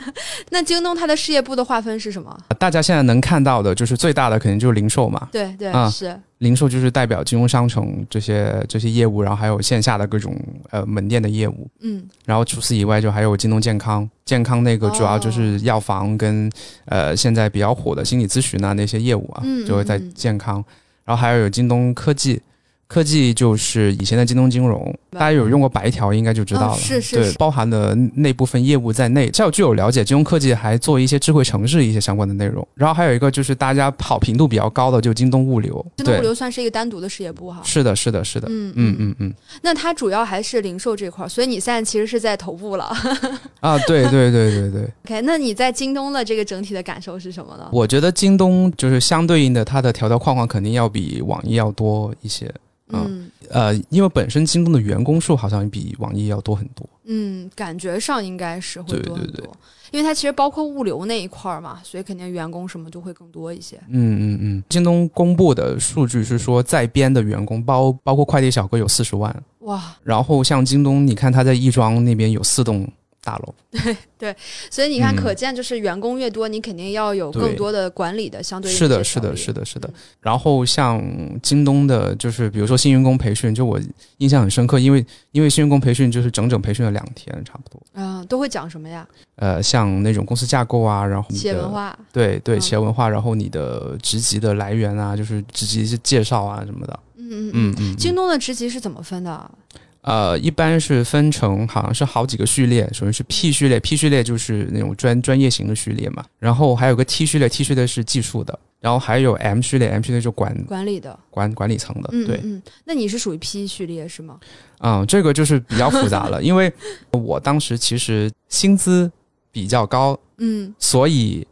Speaker 1: 那京东它的事业部的划分是什么？
Speaker 2: 大家现在能看到的就是最大的肯定就是零售嘛，
Speaker 1: 对对、
Speaker 2: 啊
Speaker 1: 是。
Speaker 2: 零售就是代表金融商城这些这些业务，然后还有线下的各种呃门店的业务。
Speaker 1: 嗯，
Speaker 2: 然后除此以外，就还有京东健康，健康那
Speaker 1: 哦
Speaker 2: 个主要就是药房跟、呃现在比较火的心理咨询啊那些业务啊
Speaker 1: 嗯，
Speaker 2: 就会在
Speaker 1: 嗯嗯
Speaker 2: 健康。然后还有有京东科技，科技就是以前的京东金融，大家有用过白条应该就知道了，
Speaker 1: 哦是是
Speaker 2: 对
Speaker 1: 是，
Speaker 2: 包含了那部分业务在内。像据我了解，京东科技还做一些智慧城市一些相关的内容。然后还有一个就是大家好评度比较高的，就京东物流，
Speaker 1: 京东物
Speaker 2: 对，
Speaker 1: 流算是一个单独的事业部哈。
Speaker 2: 是的，是的，是的，
Speaker 1: 嗯
Speaker 2: 嗯嗯嗯。
Speaker 1: 那它主要还是零售这块儿，所以你现在其实是在头部了。
Speaker 2: 啊，对对对对对，
Speaker 1: OK，那你在京东的这个整体的感受是什么呢？
Speaker 2: 我觉得京东就是相对应的，它的条条框框肯定要比网易要多一些。
Speaker 1: 嗯
Speaker 2: 呃，因为本身京东的员工数好像比网易要多很多。
Speaker 1: 嗯，感觉上应该是会
Speaker 2: 对
Speaker 1: 多很多，
Speaker 2: 对对
Speaker 1: 因为它其实包括物流那一块儿嘛，所以肯定员工什么就会更多一些。
Speaker 2: 嗯嗯嗯，京东公布的数据是说，在编的员工包包括快递小哥有四十万，
Speaker 1: 哇，
Speaker 2: 然后像京东，你看它在亦庄那边有四栋大楼。
Speaker 1: 所以你看，
Speaker 2: 嗯
Speaker 1: 可见就是员工越多，你肯定要有
Speaker 2: 对
Speaker 1: 更多的管理的相对应
Speaker 2: 是的，
Speaker 1: 一
Speaker 2: 是
Speaker 1: 些
Speaker 2: 的，
Speaker 1: 效率
Speaker 2: 是的，是的
Speaker 1: 嗯。
Speaker 2: 然后像京东的，就是比如说新员工培训，就我印象很深刻，因为因为新员工培训就是整整培训了两天，差不多。
Speaker 1: 嗯，都会讲什么呀？
Speaker 2: 呃，像那种公司架构啊，然后你
Speaker 1: 企业
Speaker 2: 的
Speaker 1: 文，化，
Speaker 2: 对对，
Speaker 1: 嗯
Speaker 2: 企业文化，然后你的职级的来源啊，就是职级的介绍啊什么的。
Speaker 1: 嗯嗯
Speaker 2: 嗯
Speaker 1: 嗯。
Speaker 2: 嗯，
Speaker 1: 京东的职级是怎么分的？
Speaker 2: 呃，一般是分成好像是好几个序列，首先是
Speaker 1: 嗯
Speaker 2: P 序列，P 序列就是那种专专业型的序列嘛，然后还有个 T 序列，T 序列是技术的，然后还有 M 序列，M 序列就管
Speaker 1: 管理的，
Speaker 2: 管管理层的，
Speaker 1: 嗯
Speaker 2: 呃对，
Speaker 1: 嗯嗯，那你是属于 P 序列是吗？
Speaker 2: 嗯，这个就是比较复杂 了，因为我当时其实薪资比较高，
Speaker 1: 嗯
Speaker 2: 所以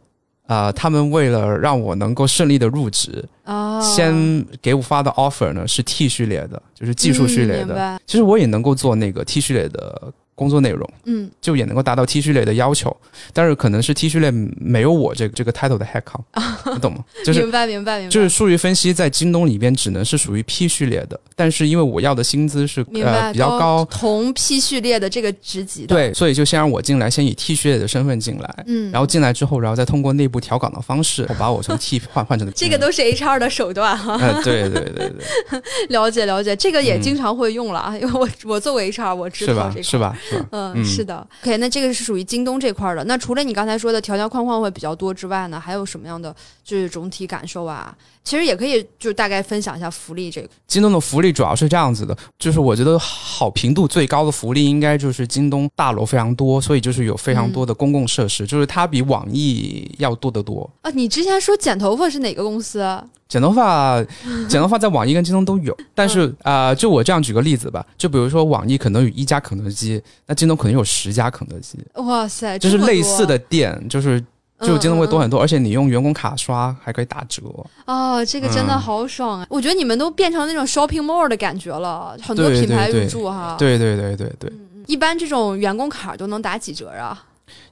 Speaker 2: 呃，他们为了让我能够顺利的入职，
Speaker 1: 啊，
Speaker 2: 先给我发的 offer 呢是 T 序列的，就是技术序列
Speaker 1: 嗯明
Speaker 2: 的，
Speaker 1: 白
Speaker 2: 其实我也能够做那个 T 序列的工作内容。
Speaker 1: 嗯
Speaker 2: 就也能够达到 T 序列的要求，但是可能是 T 序列没有我这个这个 title 的 head count，你懂吗？就是
Speaker 1: 啊明白明白明白，
Speaker 2: 就是数据分析在京东里边只能是属于 P 序列的，但是因为我要的薪资是
Speaker 1: 明白
Speaker 2: 呃比较高，
Speaker 1: 同 P 序列的这个职级的，
Speaker 2: 对，所以就先让我进来，先以 T 序列的身份进来，
Speaker 1: 嗯，
Speaker 2: 然后进来之后，然后再通过内部调岗的方式，我把我从 T 换换成
Speaker 1: 这个都是 HR 的手段啊哈、
Speaker 2: 呃对对对对，
Speaker 1: 了解了解，这个也
Speaker 2: 嗯
Speaker 1: 经常会用了啊，因为我我作为 HR 我知
Speaker 2: 是
Speaker 1: 道
Speaker 2: 吧
Speaker 1: 这个。
Speaker 2: 是吧是吧？
Speaker 1: 嗯，
Speaker 2: 嗯
Speaker 1: 是的，OK，那这个是属于京东这块儿的。那除了你刚才说的条条框框会比较多之外呢，还有什么样的就是总体感受啊？其实也可以就大概分享一下福利这个。
Speaker 2: 京东的福利主要是这样子的，就是我觉得好评度最高的福利应该就是京东大楼非常多，所以就是有非常多的公共设施，就是它比网易要多得多。
Speaker 1: 啊，你之前说剪头发是哪个公司？啊
Speaker 2: 剪 头发，剪头发在网易跟京东都有，但是
Speaker 1: 嗯
Speaker 2: 啊、呃就我这样举个例子吧，就比如说网易可能有一家肯德基，那京东可能有十家肯德基，
Speaker 1: 哇塞，
Speaker 2: 就是
Speaker 1: 呃这么
Speaker 2: 类
Speaker 1: 多嗯
Speaker 2: 似的店，就是就真的会多很多，而且你用员工卡刷还可以打折。
Speaker 1: 哦，这个真的
Speaker 2: 嗯
Speaker 1: 好爽啊！我觉得你们都变成那种 shopping mall 的感觉了，很多
Speaker 2: 对
Speaker 1: 品牌
Speaker 2: 对
Speaker 1: 入驻哈。
Speaker 2: 对对对对对，
Speaker 1: 一般这种员工卡都能打几折啊？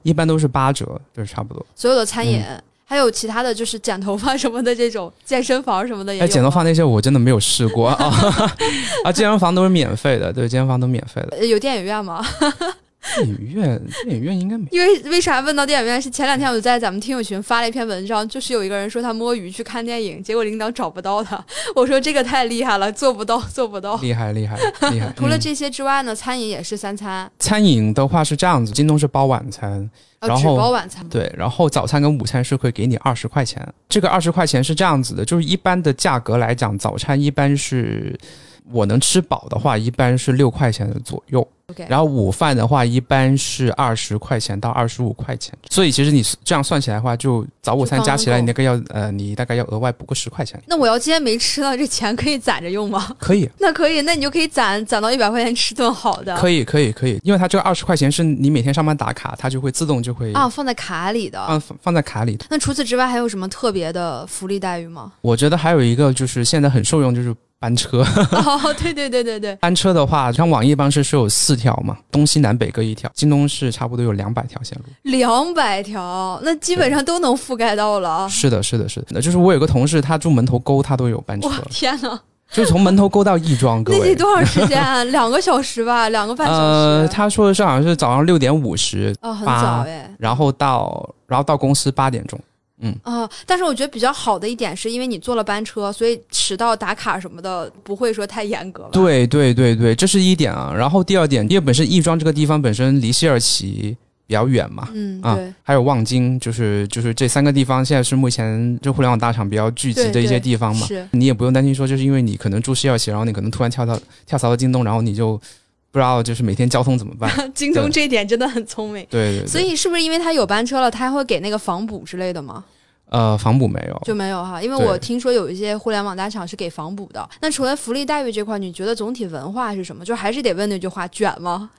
Speaker 2: 一般都是八折，就是差不多。
Speaker 1: 所有的餐饮，
Speaker 2: 嗯
Speaker 1: 还有其他的就是剪头发什么的，这种健身房什么的也有
Speaker 2: 哎，
Speaker 1: 吗。
Speaker 2: 剪头发那些我真的没有试过啊， 啊，健身房都是免费的，对，健身房都免费的。
Speaker 1: 呃有电影院吗？
Speaker 2: 电影院，电影院应该没。
Speaker 1: 因为为啥问到电影院？是前两天我在咱们听友群发了一篇文章，就是有一个人说他摸鱼去看电影，结果领导找不到他。 我说这个太厉害了，做不到，做不到。
Speaker 2: 厉害厉害厉害！
Speaker 1: 哦 除了
Speaker 2: 嗯
Speaker 1: 这些之外呢，餐饮也是三餐，
Speaker 2: 餐饮的话是这样子，京东是包晚餐，
Speaker 1: 呃，
Speaker 2: 然
Speaker 1: 只
Speaker 2: 后
Speaker 1: 包晚餐。
Speaker 2: 对，然后早餐跟午餐是会给你二十块钱。这个二十块钱是这样子的，就是一般的价格来讲，早餐一般是我能吃饱的话，一般是六块钱左右。
Speaker 1: OK
Speaker 2: 然后午饭的话，一般是二十块钱到二十五块钱。所以其实你这样算起来的话，就早午餐
Speaker 1: 就刚
Speaker 2: 加起来，
Speaker 1: 够
Speaker 2: 你那个要呃，你大概要额外补个十块钱。
Speaker 1: 那我要今天没吃到，这钱可以攒着用吗？
Speaker 2: 可以，
Speaker 1: 那可以，那你就可以攒攒到一百块钱吃顿好的。
Speaker 2: 可以，可以，可以，因为它这个二十块钱是你每天上班打卡，它就会自动就会
Speaker 1: 啊，放在卡里的。
Speaker 2: 放放在卡里。
Speaker 1: 那除此之外还有什么特别的福利待遇吗？
Speaker 2: 我觉得还有一个就是现在很受用，就是班车。
Speaker 1: 哦，对对对对对，
Speaker 2: 班车的话，像网易班车是有四条嘛，东西南北各一条，京东是差不多有两百条线路。
Speaker 1: 两百条，那基本上都能覆盖到了。啊
Speaker 2: 是的，是的，是的。那就是我有个同事，他住门头沟，他都有班车
Speaker 1: 我，天哪，
Speaker 2: 就是从门头沟到亦庄，各
Speaker 1: 那得
Speaker 2: 位。
Speaker 1: 多少时间啊？两个小时吧，两个半小时。
Speaker 2: 呃，他说的是好像是早上六点五十，
Speaker 1: 哦，很
Speaker 2: 八
Speaker 1: 早哎。
Speaker 2: 然后到然后到公司八点钟。
Speaker 1: 啊、但是我觉得比较好的一点是因为你坐了班车，所以迟到打卡什么的不会说太严格吧？，
Speaker 2: 对对对对，这是一点啊。然后第二点，因为本身亦庄这个地方本身离谢尔奇比较远嘛，
Speaker 1: 嗯，
Speaker 2: 啊
Speaker 1: 对，
Speaker 2: 还有望京，就是就是这三个地方，现在是目前这互联网大厂比较聚集
Speaker 1: 对
Speaker 2: 的一些
Speaker 1: 对
Speaker 2: 地方嘛。
Speaker 1: 是。
Speaker 2: 你也不用担心说，就是因为你可能住西二旗，然后你可能突然跳到跳槽到京东，然后你就不知道就是每天交通怎么办。
Speaker 1: 京东这一点真的很聪明。
Speaker 2: 对对对，
Speaker 1: 所以是不是因为他有班车了，他还会给那个房补之类的吗？
Speaker 2: 呃，房补没有，
Speaker 1: 就没有哈，因为
Speaker 2: 对
Speaker 1: 我听说有一些互联网大厂是给房补的。那除了福利待遇这块，你觉得总体文化是什么？就还是得问那句话，卷吗？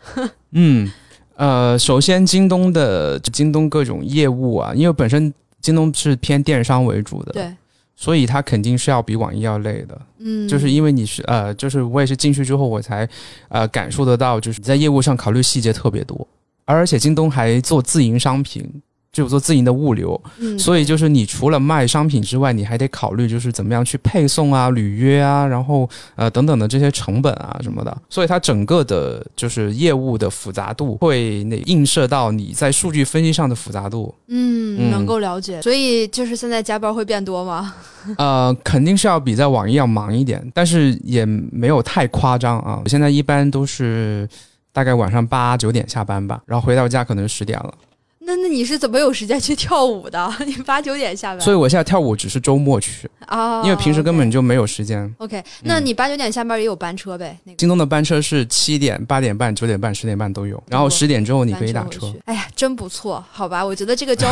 Speaker 2: 嗯，呃，首先京东的京东各种业务啊，因为本身京东是偏电商为主的，，
Speaker 1: 对，
Speaker 2: 所以它肯定是要比网易要累的。
Speaker 1: 嗯，
Speaker 2: 就是因为你是呃，就是我也是进去之后我才呃感受得到，就是你在业务上考虑细节特别多，而且京东还做自营商品，就做自营的物流，
Speaker 1: 嗯，
Speaker 2: 所以就是你除了卖商品之外，你还得考虑就是怎么样去配送啊、履约啊，然后呃等等的这些成本啊什么的。所以它整个的就是业务的复杂度会那映射到你在数据分析上的复杂度，
Speaker 1: 嗯，
Speaker 2: 嗯
Speaker 1: 能够了解。所以就是现在加班会变多吗？
Speaker 2: 呃，肯定是要比在网易要忙一点，但是也没有太夸张啊。我现在一般都是大概晚上八九点下班吧，然后回到家可能十点了。
Speaker 1: 那那你是怎么有时间去跳舞的？ 你八九点下班，
Speaker 2: 所以我现在跳舞只是周末去，
Speaker 1: 啊，
Speaker 2: 因为平时嗯根本就没有时间。
Speaker 1: OK。OK，那你八九点下班也有班车呗？那个。
Speaker 2: 京东的班车是七点、八点半、九点半、十点半都有，然后
Speaker 1: 我
Speaker 2: 十点之后你可以打
Speaker 1: 哦班回
Speaker 2: 车
Speaker 1: 去。哎呀，真不错，好吧？我觉得这个 交，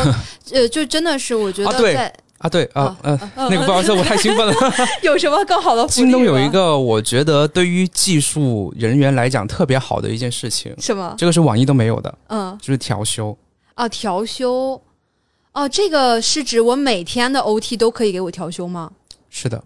Speaker 1: 呃，就真的是我觉得
Speaker 2: 啊对
Speaker 1: 在、
Speaker 2: 啊。对啊
Speaker 1: 啊，
Speaker 2: 嗯，那个不好意思，我太 兴奋了。
Speaker 1: 有什么更好的福利
Speaker 2: 京
Speaker 1: 吗？
Speaker 2: 东有一个我觉得对于技术人员来讲特别好的一件事情，
Speaker 1: 什么？
Speaker 2: 这个是网易都没有的，
Speaker 1: 嗯，
Speaker 2: 就是调休。
Speaker 1: 啊，调休。哦，这个是指我每天的 OT 都可以给我调休吗？
Speaker 2: 是的。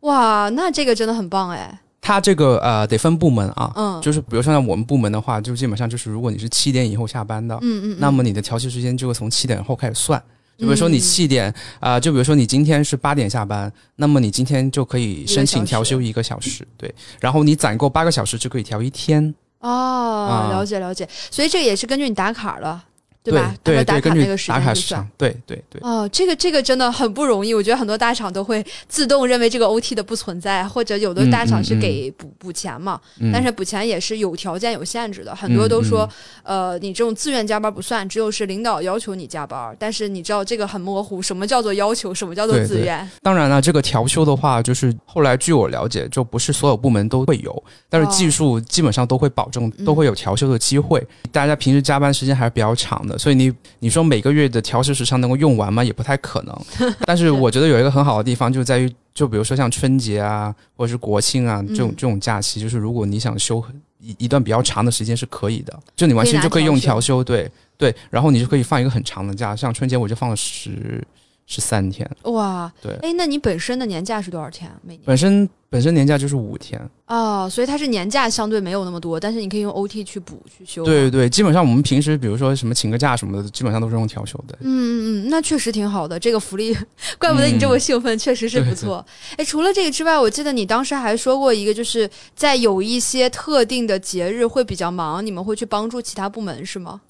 Speaker 1: 哇，那这个真的很棒哎。
Speaker 2: 它这个呃得分部门啊，
Speaker 1: 嗯
Speaker 2: 就是比如说像我们部门的话，就基本上就是如果你是七点以后下班的，
Speaker 1: 嗯嗯，
Speaker 2: 那
Speaker 1: 嗯
Speaker 2: 么你的调休时间就会从七点后开始算。就比如说你七点啊、呃就比如说你今天是八点下班，那么你今天就可以申请调休一个小时，对，
Speaker 1: 嗯
Speaker 2: 然后你攒够八个小时就可以调一天，
Speaker 1: 哦，
Speaker 2: 啊
Speaker 1: 了解了解，所以这也是根据你打卡了，
Speaker 2: 对
Speaker 1: 吧？
Speaker 2: 对
Speaker 1: 打卡
Speaker 2: 对，根
Speaker 1: 那
Speaker 2: 据
Speaker 1: 个时
Speaker 2: 打卡
Speaker 1: 间去
Speaker 2: 时
Speaker 1: 算。
Speaker 2: 长，对对对，
Speaker 1: 哦，这个这个真的很不容易，我觉得很多大厂都会自动认为这个 OT 的不存在，或者有的大厂是给补、补钱嘛，
Speaker 2: 嗯
Speaker 1: 但是补钱也是有条件有限制的，很多都说，
Speaker 2: 嗯
Speaker 1: 呃，你这种自愿加班不算，只有是领导要求你加班，但是你知道这个很模糊，什么叫做要求，什么叫做
Speaker 2: 对
Speaker 1: 自
Speaker 2: 对
Speaker 1: 愿？
Speaker 2: 当然了，这个调休的话，就是后来据我了解，就不是所有部门都会有，但是
Speaker 1: 哦
Speaker 2: 技术基本上都会保证
Speaker 1: 嗯
Speaker 2: 都会有调休的机会。大家平时加班时间还是比较 长的，所以你你说每个月的调休时长能够用完吗？也不太可 能。但是我觉得有一个很好的地方就在于，就比如说像春节啊，或者是国庆啊这种
Speaker 1: 嗯
Speaker 2: 这种假期，就是如果你想休一一段比较长的时间是可以的，就你完
Speaker 1: 可以
Speaker 2: 全
Speaker 1: 拿
Speaker 2: 就可以用
Speaker 1: 调
Speaker 2: 调休，对对，然后你就可以放一个很长的假，像春节我就放了十十三天，
Speaker 1: 哇，
Speaker 2: 对
Speaker 1: 哎，那你本身的年假是多少天啊？每年？
Speaker 2: 本身本身年假就是五天，
Speaker 1: 哦，所以它是年假相对没有那么多，但是你可以用 OT 去补去休。
Speaker 2: 对对，基本上我们平时比如说什么请个假什么的，基本上都是用调休的。
Speaker 1: 嗯嗯，嗯，那确实挺好的，这个福利，怪不得你这
Speaker 2: 嗯
Speaker 1: 么兴奋，确实是不错。哎，除了这个之外，我记得你当时还说过一个，就是在有一些特定的节日会比较忙，你们会去帮助其他部门，是吗？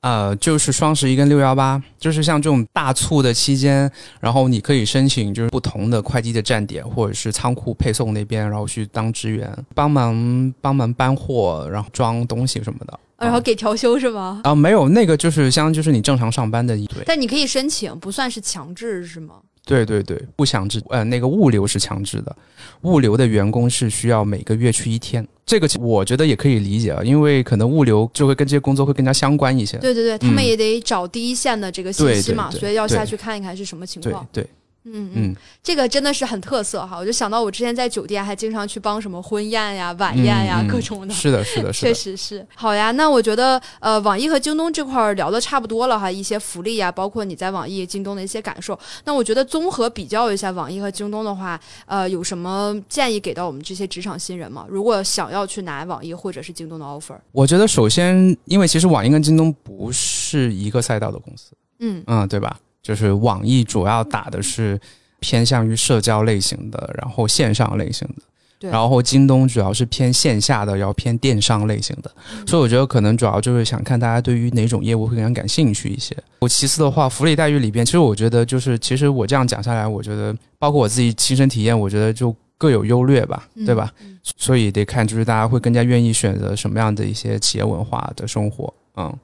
Speaker 2: 呃，就是双十一跟六幺八，就是像这种大促的期间，然后你可以申请就是不同的快递的站点或者是仓库配送那边，然后去当支援，帮忙帮忙搬货，然后装东西什么的。
Speaker 1: 哦然后给调休是吗？
Speaker 2: 啊、没有那个就是相当于就是你正常上班的一对，
Speaker 1: 但你可以申请，不算是强制，是吗？
Speaker 2: 对对对，不强制，呃，那个物流是强制的，物流的员工是需要每个月去一天。这个其我觉得也可以理解啊，因为可能物流就会跟这些工作会更加相关一些。
Speaker 1: 对对对，他们也得找第一线的这个信息嘛，
Speaker 2: 嗯对对对
Speaker 1: 所以要下去看一看是什么情
Speaker 2: 对
Speaker 1: 况。
Speaker 2: 对，
Speaker 1: 嗯嗯，
Speaker 2: 嗯
Speaker 1: 这个真的是很特色哈！我就想到我之前在酒店还经常去帮什么婚宴呀、晚宴呀、
Speaker 2: 嗯嗯
Speaker 1: 各种的。
Speaker 2: 是的，是的，
Speaker 1: 确
Speaker 2: 是
Speaker 1: 实
Speaker 2: 的。
Speaker 1: 是好呀，那我觉得呃，网易和京东这块儿聊的差不多了哈，一些福利啊，包括你在网易、京东的一些感受。那我觉得综合比较一下网易和京东的话，呃，有什么建议给到我们这些职场新人吗？如果想要去拿网易或者是京东的 offer，
Speaker 2: 我觉得首先，因为其实网易跟京东不是一个赛道的公司，
Speaker 1: 嗯
Speaker 2: 嗯，对吧？就是网易主要打的是偏向于社交类型的，然后线上类型的。
Speaker 1: 对
Speaker 2: 然后京东主要是偏线下的，要偏电商类型的，
Speaker 1: 嗯
Speaker 2: 所以我觉得可能主要就是想看大家对于哪种业务会更加感兴趣一些。我其次的话，福利待遇里边，其实我觉得就是，其实我这样讲下来，我觉得包括我自己亲身体验，我觉得就各有优劣吧，对吧？
Speaker 1: 嗯
Speaker 2: 所以得看就是大家会更加愿意选择什么样的一些企业文化的生活，嗯。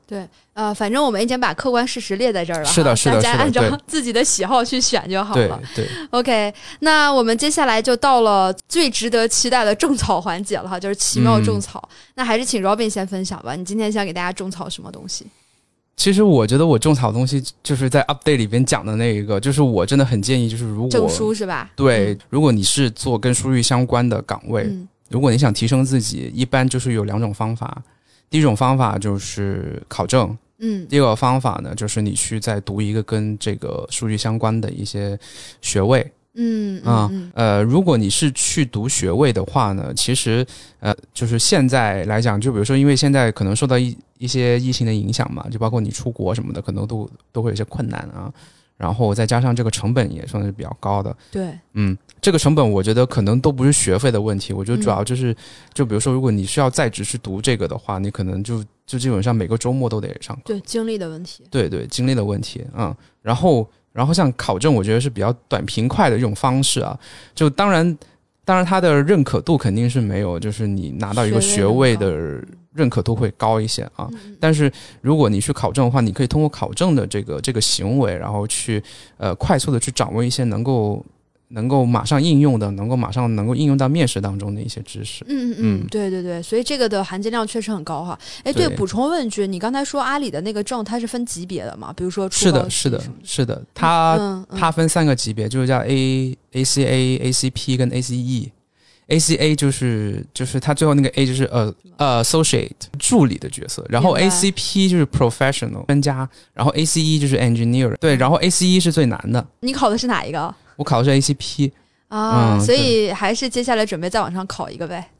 Speaker 1: 呃，反正我们已经把客观事实列在这儿了哈，
Speaker 2: 是的是的
Speaker 1: 大家
Speaker 2: 是的
Speaker 1: 按照
Speaker 2: 对
Speaker 1: 自己的喜好去选就好
Speaker 2: 对
Speaker 1: 了。
Speaker 2: 对，
Speaker 1: OK，那我们接下来就到了最值得期待的种草环节了哈，就是奇妙种草。
Speaker 2: 嗯
Speaker 1: 那还是请 Robin 先分享吧，你今天想给大家种草什么东西？
Speaker 2: 其实我觉得我种草的东西就是在 update 里边讲的那一个，就是我真的很建议，就是如果
Speaker 1: 证书是吧？
Speaker 2: 对，如果你是做跟书育相关的岗位，
Speaker 1: 嗯，
Speaker 2: 如果你想提升自己，一般就是有两种方法。第一种方法就是考证，
Speaker 1: 嗯
Speaker 2: 第二个方法呢，就是你去再读一个跟这个数据相关的一些学位。
Speaker 1: 嗯嗯
Speaker 2: 啊
Speaker 1: 嗯，
Speaker 2: 呃，如果你是去读学位的话呢，其实呃，就是现在来讲，就比如说，因为现在可能受到一一些疫情的影响嘛，就包括你出国什么的，可能都都会有一些困难啊。然后再加上这个成本也算是比较高的，
Speaker 1: 对，
Speaker 2: 嗯，这个成本我觉得可能都不是学费的问题，我觉得主要
Speaker 1: 嗯
Speaker 2: 就是，就比如说，如果你是要在职去读这个的话，你可能就就基本上每个周末都得上课。
Speaker 1: 对经历的问题。
Speaker 2: 对对，经历的问题，嗯，然后然后像考证，我觉得是比较短平快的一种方式啊。就当然，当然它的认可度肯定是没有，就是你拿到一个
Speaker 1: 学
Speaker 2: 学
Speaker 1: 位
Speaker 2: 位
Speaker 1: 的
Speaker 2: 的认可度会高一些啊。
Speaker 1: 嗯
Speaker 2: 但是如果你去考证的话，你可以通过考证的这个这个行为，然后去呃快速的去掌握一些能够能够马上应用的，能够马上能够应用到面试当中的一些知识。
Speaker 1: 嗯嗯嗯，对对对，所以这个的含金量确实很高哈。哎，对，
Speaker 2: 对
Speaker 1: 补充问句，你刚才说阿里的那个证它是分级别的嘛？比如说初
Speaker 2: 是
Speaker 1: 高
Speaker 2: 的，
Speaker 1: 级
Speaker 2: 是的
Speaker 1: 什么，
Speaker 2: 是的，它
Speaker 1: 嗯嗯
Speaker 2: 它分三个级别，就是叫 A A C A A C P 跟 A C E。A C A 就是就是它最后那个 A 就是呃呃 associate 助理的角色，然后
Speaker 1: 明
Speaker 2: A
Speaker 1: 白
Speaker 2: C P 就是 professional 专家，然后 A C E 就是 engineer。对，
Speaker 1: 嗯
Speaker 2: 然后 A C E 是最难的，
Speaker 1: 你考的是哪一个
Speaker 2: 我考的是 A C P。
Speaker 1: 啊？
Speaker 2: 嗯
Speaker 1: 所以还是接下来准备再往上考一个呗。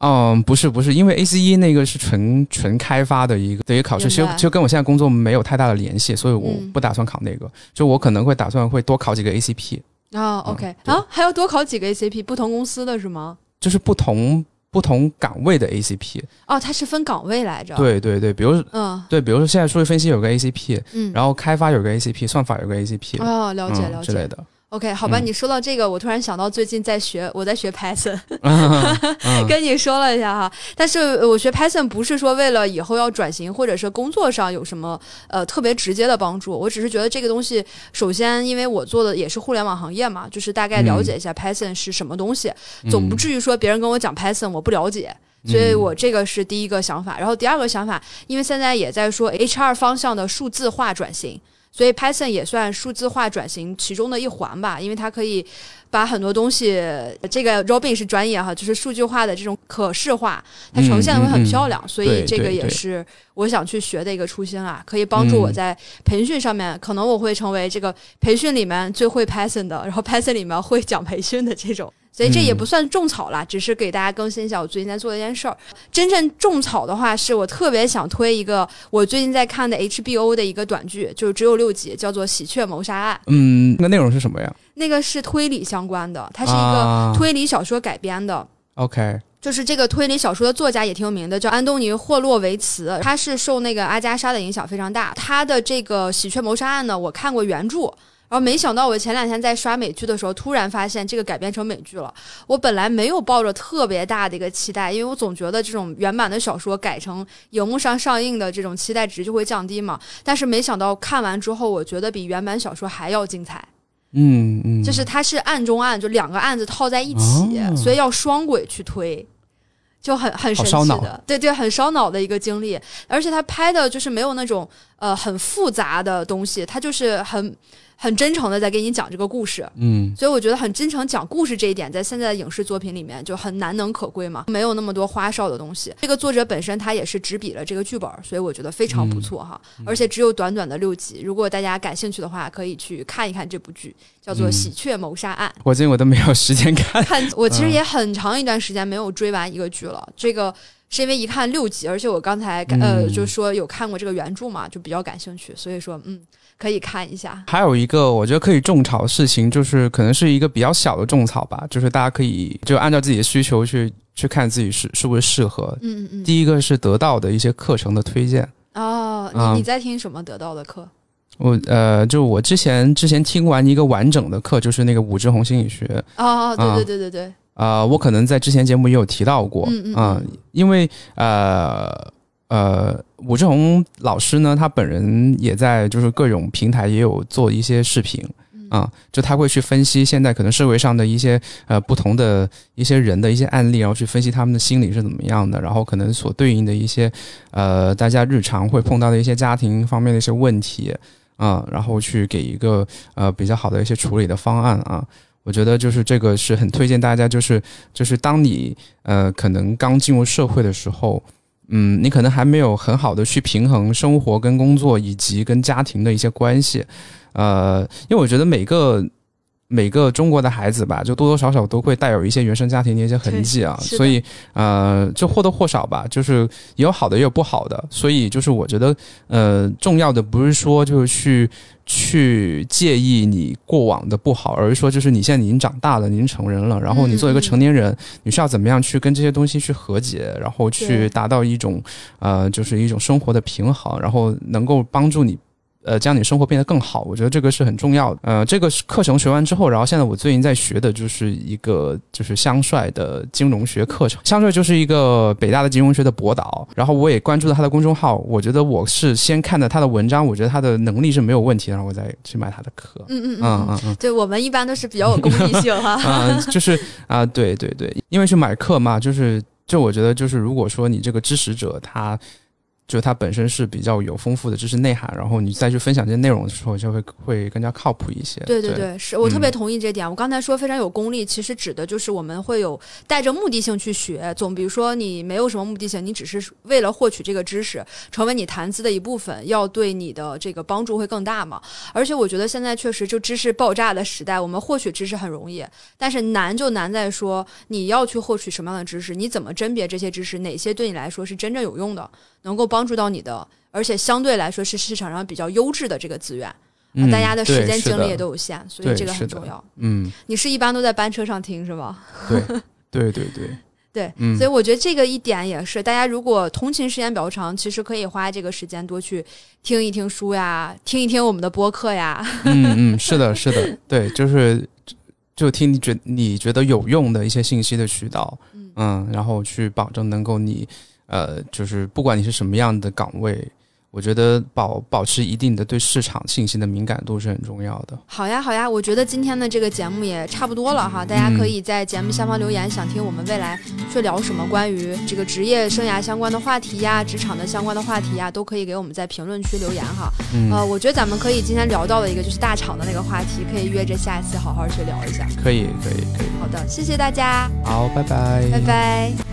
Speaker 2: 嗯，不是不是，因为 A C E 那个是纯纯开发的一个的一个考试，
Speaker 1: 明
Speaker 2: 其实
Speaker 1: 白
Speaker 2: 其实跟我现在工作没有太大的联系，所以我
Speaker 1: 嗯
Speaker 2: 不打算考那个，就我可能会打算会多考几个 A C P。
Speaker 1: 啊
Speaker 2: 嗯
Speaker 1: ，OK
Speaker 2: 对
Speaker 1: 啊，还要多考几个 ACP，不同公司的是吗？
Speaker 2: 就是不同不同岗位的 ACP。
Speaker 1: 哦，它是分岗位来着。，
Speaker 2: 对对对，比如
Speaker 1: 嗯
Speaker 2: 对，比如说现在数据分析有个 ACP，
Speaker 1: 嗯，
Speaker 2: 然后开发有个 ACP，算法有个 ACP，、
Speaker 1: 哦，了解
Speaker 2: 嗯
Speaker 1: 了
Speaker 2: 之类
Speaker 1: 解。
Speaker 2: 的。
Speaker 1: OK，好吧，
Speaker 2: 嗯
Speaker 1: 你说到这个，我突然想到最近在学，我在学 Python，
Speaker 2: 嗯
Speaker 1: 跟你说了一下哈。但是呃我学 Python 不是说为了以后要转型或者是工作上有什么呃特别直接的帮助，我只是觉得这个东西，首先因为我做的也是互联网行业嘛，就是大概
Speaker 2: 嗯
Speaker 1: 了解一下 Python 是什么东西，总不至于说别人跟我讲 Python 我不了解。所以
Speaker 2: 嗯
Speaker 1: 我这个是第一个想法，然后第二个想法，因为现在也在说 HR 方向的数字化转型，所以 Python 也算数字化转型其中的一环吧，因为它可以把很多东西，这个 Robin 是专业哈，就是数据化的这种可视化，它呈现的会很漂亮，所以
Speaker 2: 嗯对
Speaker 1: 这个
Speaker 2: 对
Speaker 1: 也
Speaker 2: 对
Speaker 1: 是我想去学的一个初心啦，可以帮助我
Speaker 2: 嗯
Speaker 1: 在培训上面，可能我会成为这个培训里面最会 Python 的，然后 Python 里面会讲培训的这种。所以这也
Speaker 2: 嗯
Speaker 1: 不算种草啦，只是给大家更新一下我最近在做的一件事儿。真正种草的话，是我特别想推一个我最近在看的 HBO 的一个短剧，就是只有六集，叫做《喜鹊谋杀案》，
Speaker 2: 嗯，那内容是什么呀？
Speaker 1: 那个是推理相关的，它是一个
Speaker 2: 啊
Speaker 1: 推理小说改编的。
Speaker 2: OK，
Speaker 1: 就是这个推理小说的作家也挺有名的，叫安东尼·霍洛维茨，他是受那个阿加莎的影响非常大。他的这个《喜鹊谋杀案》呢，我看过原著。然后没想到，我前两天在刷美剧的时候，突然发现这个改编成美剧了。我本来没有抱着特别大的一个期待，因为我总觉得这种原版的小说改成荧幕上上映的这种期待值就会降低嘛。但是没想到看完之后，我觉得比原版小说还要精彩。
Speaker 2: 嗯嗯，
Speaker 1: 就是它是案中案，就两个案子套在一起，
Speaker 2: 哦
Speaker 1: 所以要双轨去推，就很很神
Speaker 2: 好烧
Speaker 1: 奇
Speaker 2: 脑
Speaker 1: 的，对对，很烧脑的一个经历。而且他拍的就是没有那种呃很复杂的东西，他就是很很真诚的在给你讲这个故事。
Speaker 2: 嗯
Speaker 1: 所以我觉得很真诚讲故事这一点，在现在的影视作品里面就很难能可贵嘛，没有那么多花哨的东西。这个作者本身他也是执笔了这个剧本，所以我觉得非常不错哈。
Speaker 2: 嗯
Speaker 1: 而且只有短短的六集，如果大家感兴趣的话，可以去看一看这部剧，叫做《
Speaker 2: 嗯
Speaker 1: 喜鹊谋杀案》。
Speaker 2: 我最近我都没有时间看。
Speaker 1: 看，我其实
Speaker 2: 嗯
Speaker 1: 也很长一段时间没有追完一个剧了。这个是因为一看六集，而且我刚才
Speaker 2: 嗯
Speaker 1: 呃就说有看过这个原著嘛，就比较感兴趣，所以说嗯可以看一下。
Speaker 2: 还有一个我觉得可以种草的事情，就是可能是一个比较小的种草吧，就是大家可以就按照自己的需求去去看自己是是不是适合。
Speaker 1: 嗯嗯
Speaker 2: 第一个是得到的一些课程的推荐，
Speaker 1: 嗯。哦，
Speaker 2: 啊
Speaker 1: 你你在听什么得到的课？
Speaker 2: 我呃，就我之前之前听完一个完整的课，就是那个武志红心理学，
Speaker 1: 哦，
Speaker 2: 啊
Speaker 1: 对对对对对，
Speaker 2: 啊，我可能在之前节目也有提到过，
Speaker 1: 嗯嗯
Speaker 2: 啊因为呃呃，武志红老师呢，他本人也在就是各种平台也有做一些视频。
Speaker 1: 嗯
Speaker 2: 啊，就他会去分析现在可能社会上的一些呃不同的一些人的一些案例，然后去分析他们的心理是怎么样的，然后可能所对应的一些呃大家日常会碰到的一些家庭方面的一些问题啊，然后去给一个呃比较好的一些处理的方案啊。我觉得就是这个是很推荐大家，就是就是当你呃可能刚进入社会的时候，嗯，你可能还没有很好的去平衡生活跟工作以及跟家庭的一些关系，呃，因为我觉得每个。每个中国的孩子吧，就多多少少都会带有一些原生家庭的一些痕迹啊，
Speaker 1: 对是的
Speaker 2: 所以呃，就或多或少吧，就是也有好的，也有不好的，所以就是我觉得呃，重要的不是说就是去去介意你过往的不好，而是说就是你现在已经长大了，你已经成人了，然后你作为一
Speaker 1: 嗯
Speaker 2: 个成年人，你需要怎么样去跟这些东西去和解，然后去
Speaker 1: 对
Speaker 2: 达到一种呃，就是一种生活的平衡，然后能够帮助你。呃，将你生活变得更好，我觉得这个是很重要的。呃，这个是课程学完之后，然后现在我最近在学的就是一个就是香帅的金融学课程。香帅就是一个北大的金融学的博导，然后我也关注了他的公众号。我觉得我是先看的他的文章，我觉得他的能力是没有问题的，然后我再去买他的课。
Speaker 1: 嗯嗯
Speaker 2: 嗯
Speaker 1: 嗯，
Speaker 2: 嗯嗯。
Speaker 1: 对我们一般都是比较有公益性 哈。
Speaker 2: 啊、就是啊、对对对，因为去买课嘛，就是就我觉得就是如果说你这个支持者他。就他本身是比较有丰富的知识内涵，然后你再去分享这些内容的时候，就会会更加靠谱一些。
Speaker 1: 对
Speaker 2: 对
Speaker 1: 对，对，是我特别
Speaker 2: 嗯
Speaker 1: 同意这点。我刚才说非常有功利，其实指的就是我们会有带着目的性去学，总比如说你没有什么目的性，你只是为了获取这个知识，成为你谈资的一部分，要对你的这个帮助会更大嘛。而且我觉得现在确实就知识爆炸的时代，我们获取知识很容易，但是难就难在说你要去获取什么样的知识，你怎么甄别这些知识，哪些对你来说是真正有用的，能够帮助到你的，而且相对来说是市场上比较优质的这个资源。
Speaker 2: 嗯
Speaker 1: 大家的时
Speaker 2: 对
Speaker 1: 间
Speaker 2: 是
Speaker 1: 精力也
Speaker 2: 的
Speaker 1: 都有限，所
Speaker 2: 对
Speaker 1: 以这个
Speaker 2: 是
Speaker 1: 很
Speaker 2: 的
Speaker 1: 重要。
Speaker 2: 嗯，
Speaker 1: 你是一般都在班车上听是吧？
Speaker 2: 对对对对，
Speaker 1: 对，
Speaker 2: 嗯
Speaker 1: 所以我觉得这个一点也是，大家如果通勤时间比较长，其实可以花这个时间多去听一听书呀，听一听我们的播客呀。
Speaker 2: 嗯嗯，是的，是的，对，就是就听你觉你觉得有用的一些信息的渠道，
Speaker 1: 嗯
Speaker 2: 嗯，然后去保证能够你呃，就是不管你是什么样的岗位，我觉得保保持一定的对市场信息的敏感度是很重要的。
Speaker 1: 好呀，好呀，我觉得今天的这个节目也差不多了哈，大家可以在节目下方留言，想听我们未来去聊什么关于这个职业生涯相关的话题呀、职场的相关的话题呀，都可以给我们在评论区留言哈。
Speaker 2: 嗯，
Speaker 1: 呃，我觉得咱们可以今天聊到的一个就是大厂的那个话题，可以约着下一次好好去聊一下。
Speaker 2: 可以，可以，可以。
Speaker 1: 好的，谢谢大家，
Speaker 2: 好，拜拜，
Speaker 1: 拜拜。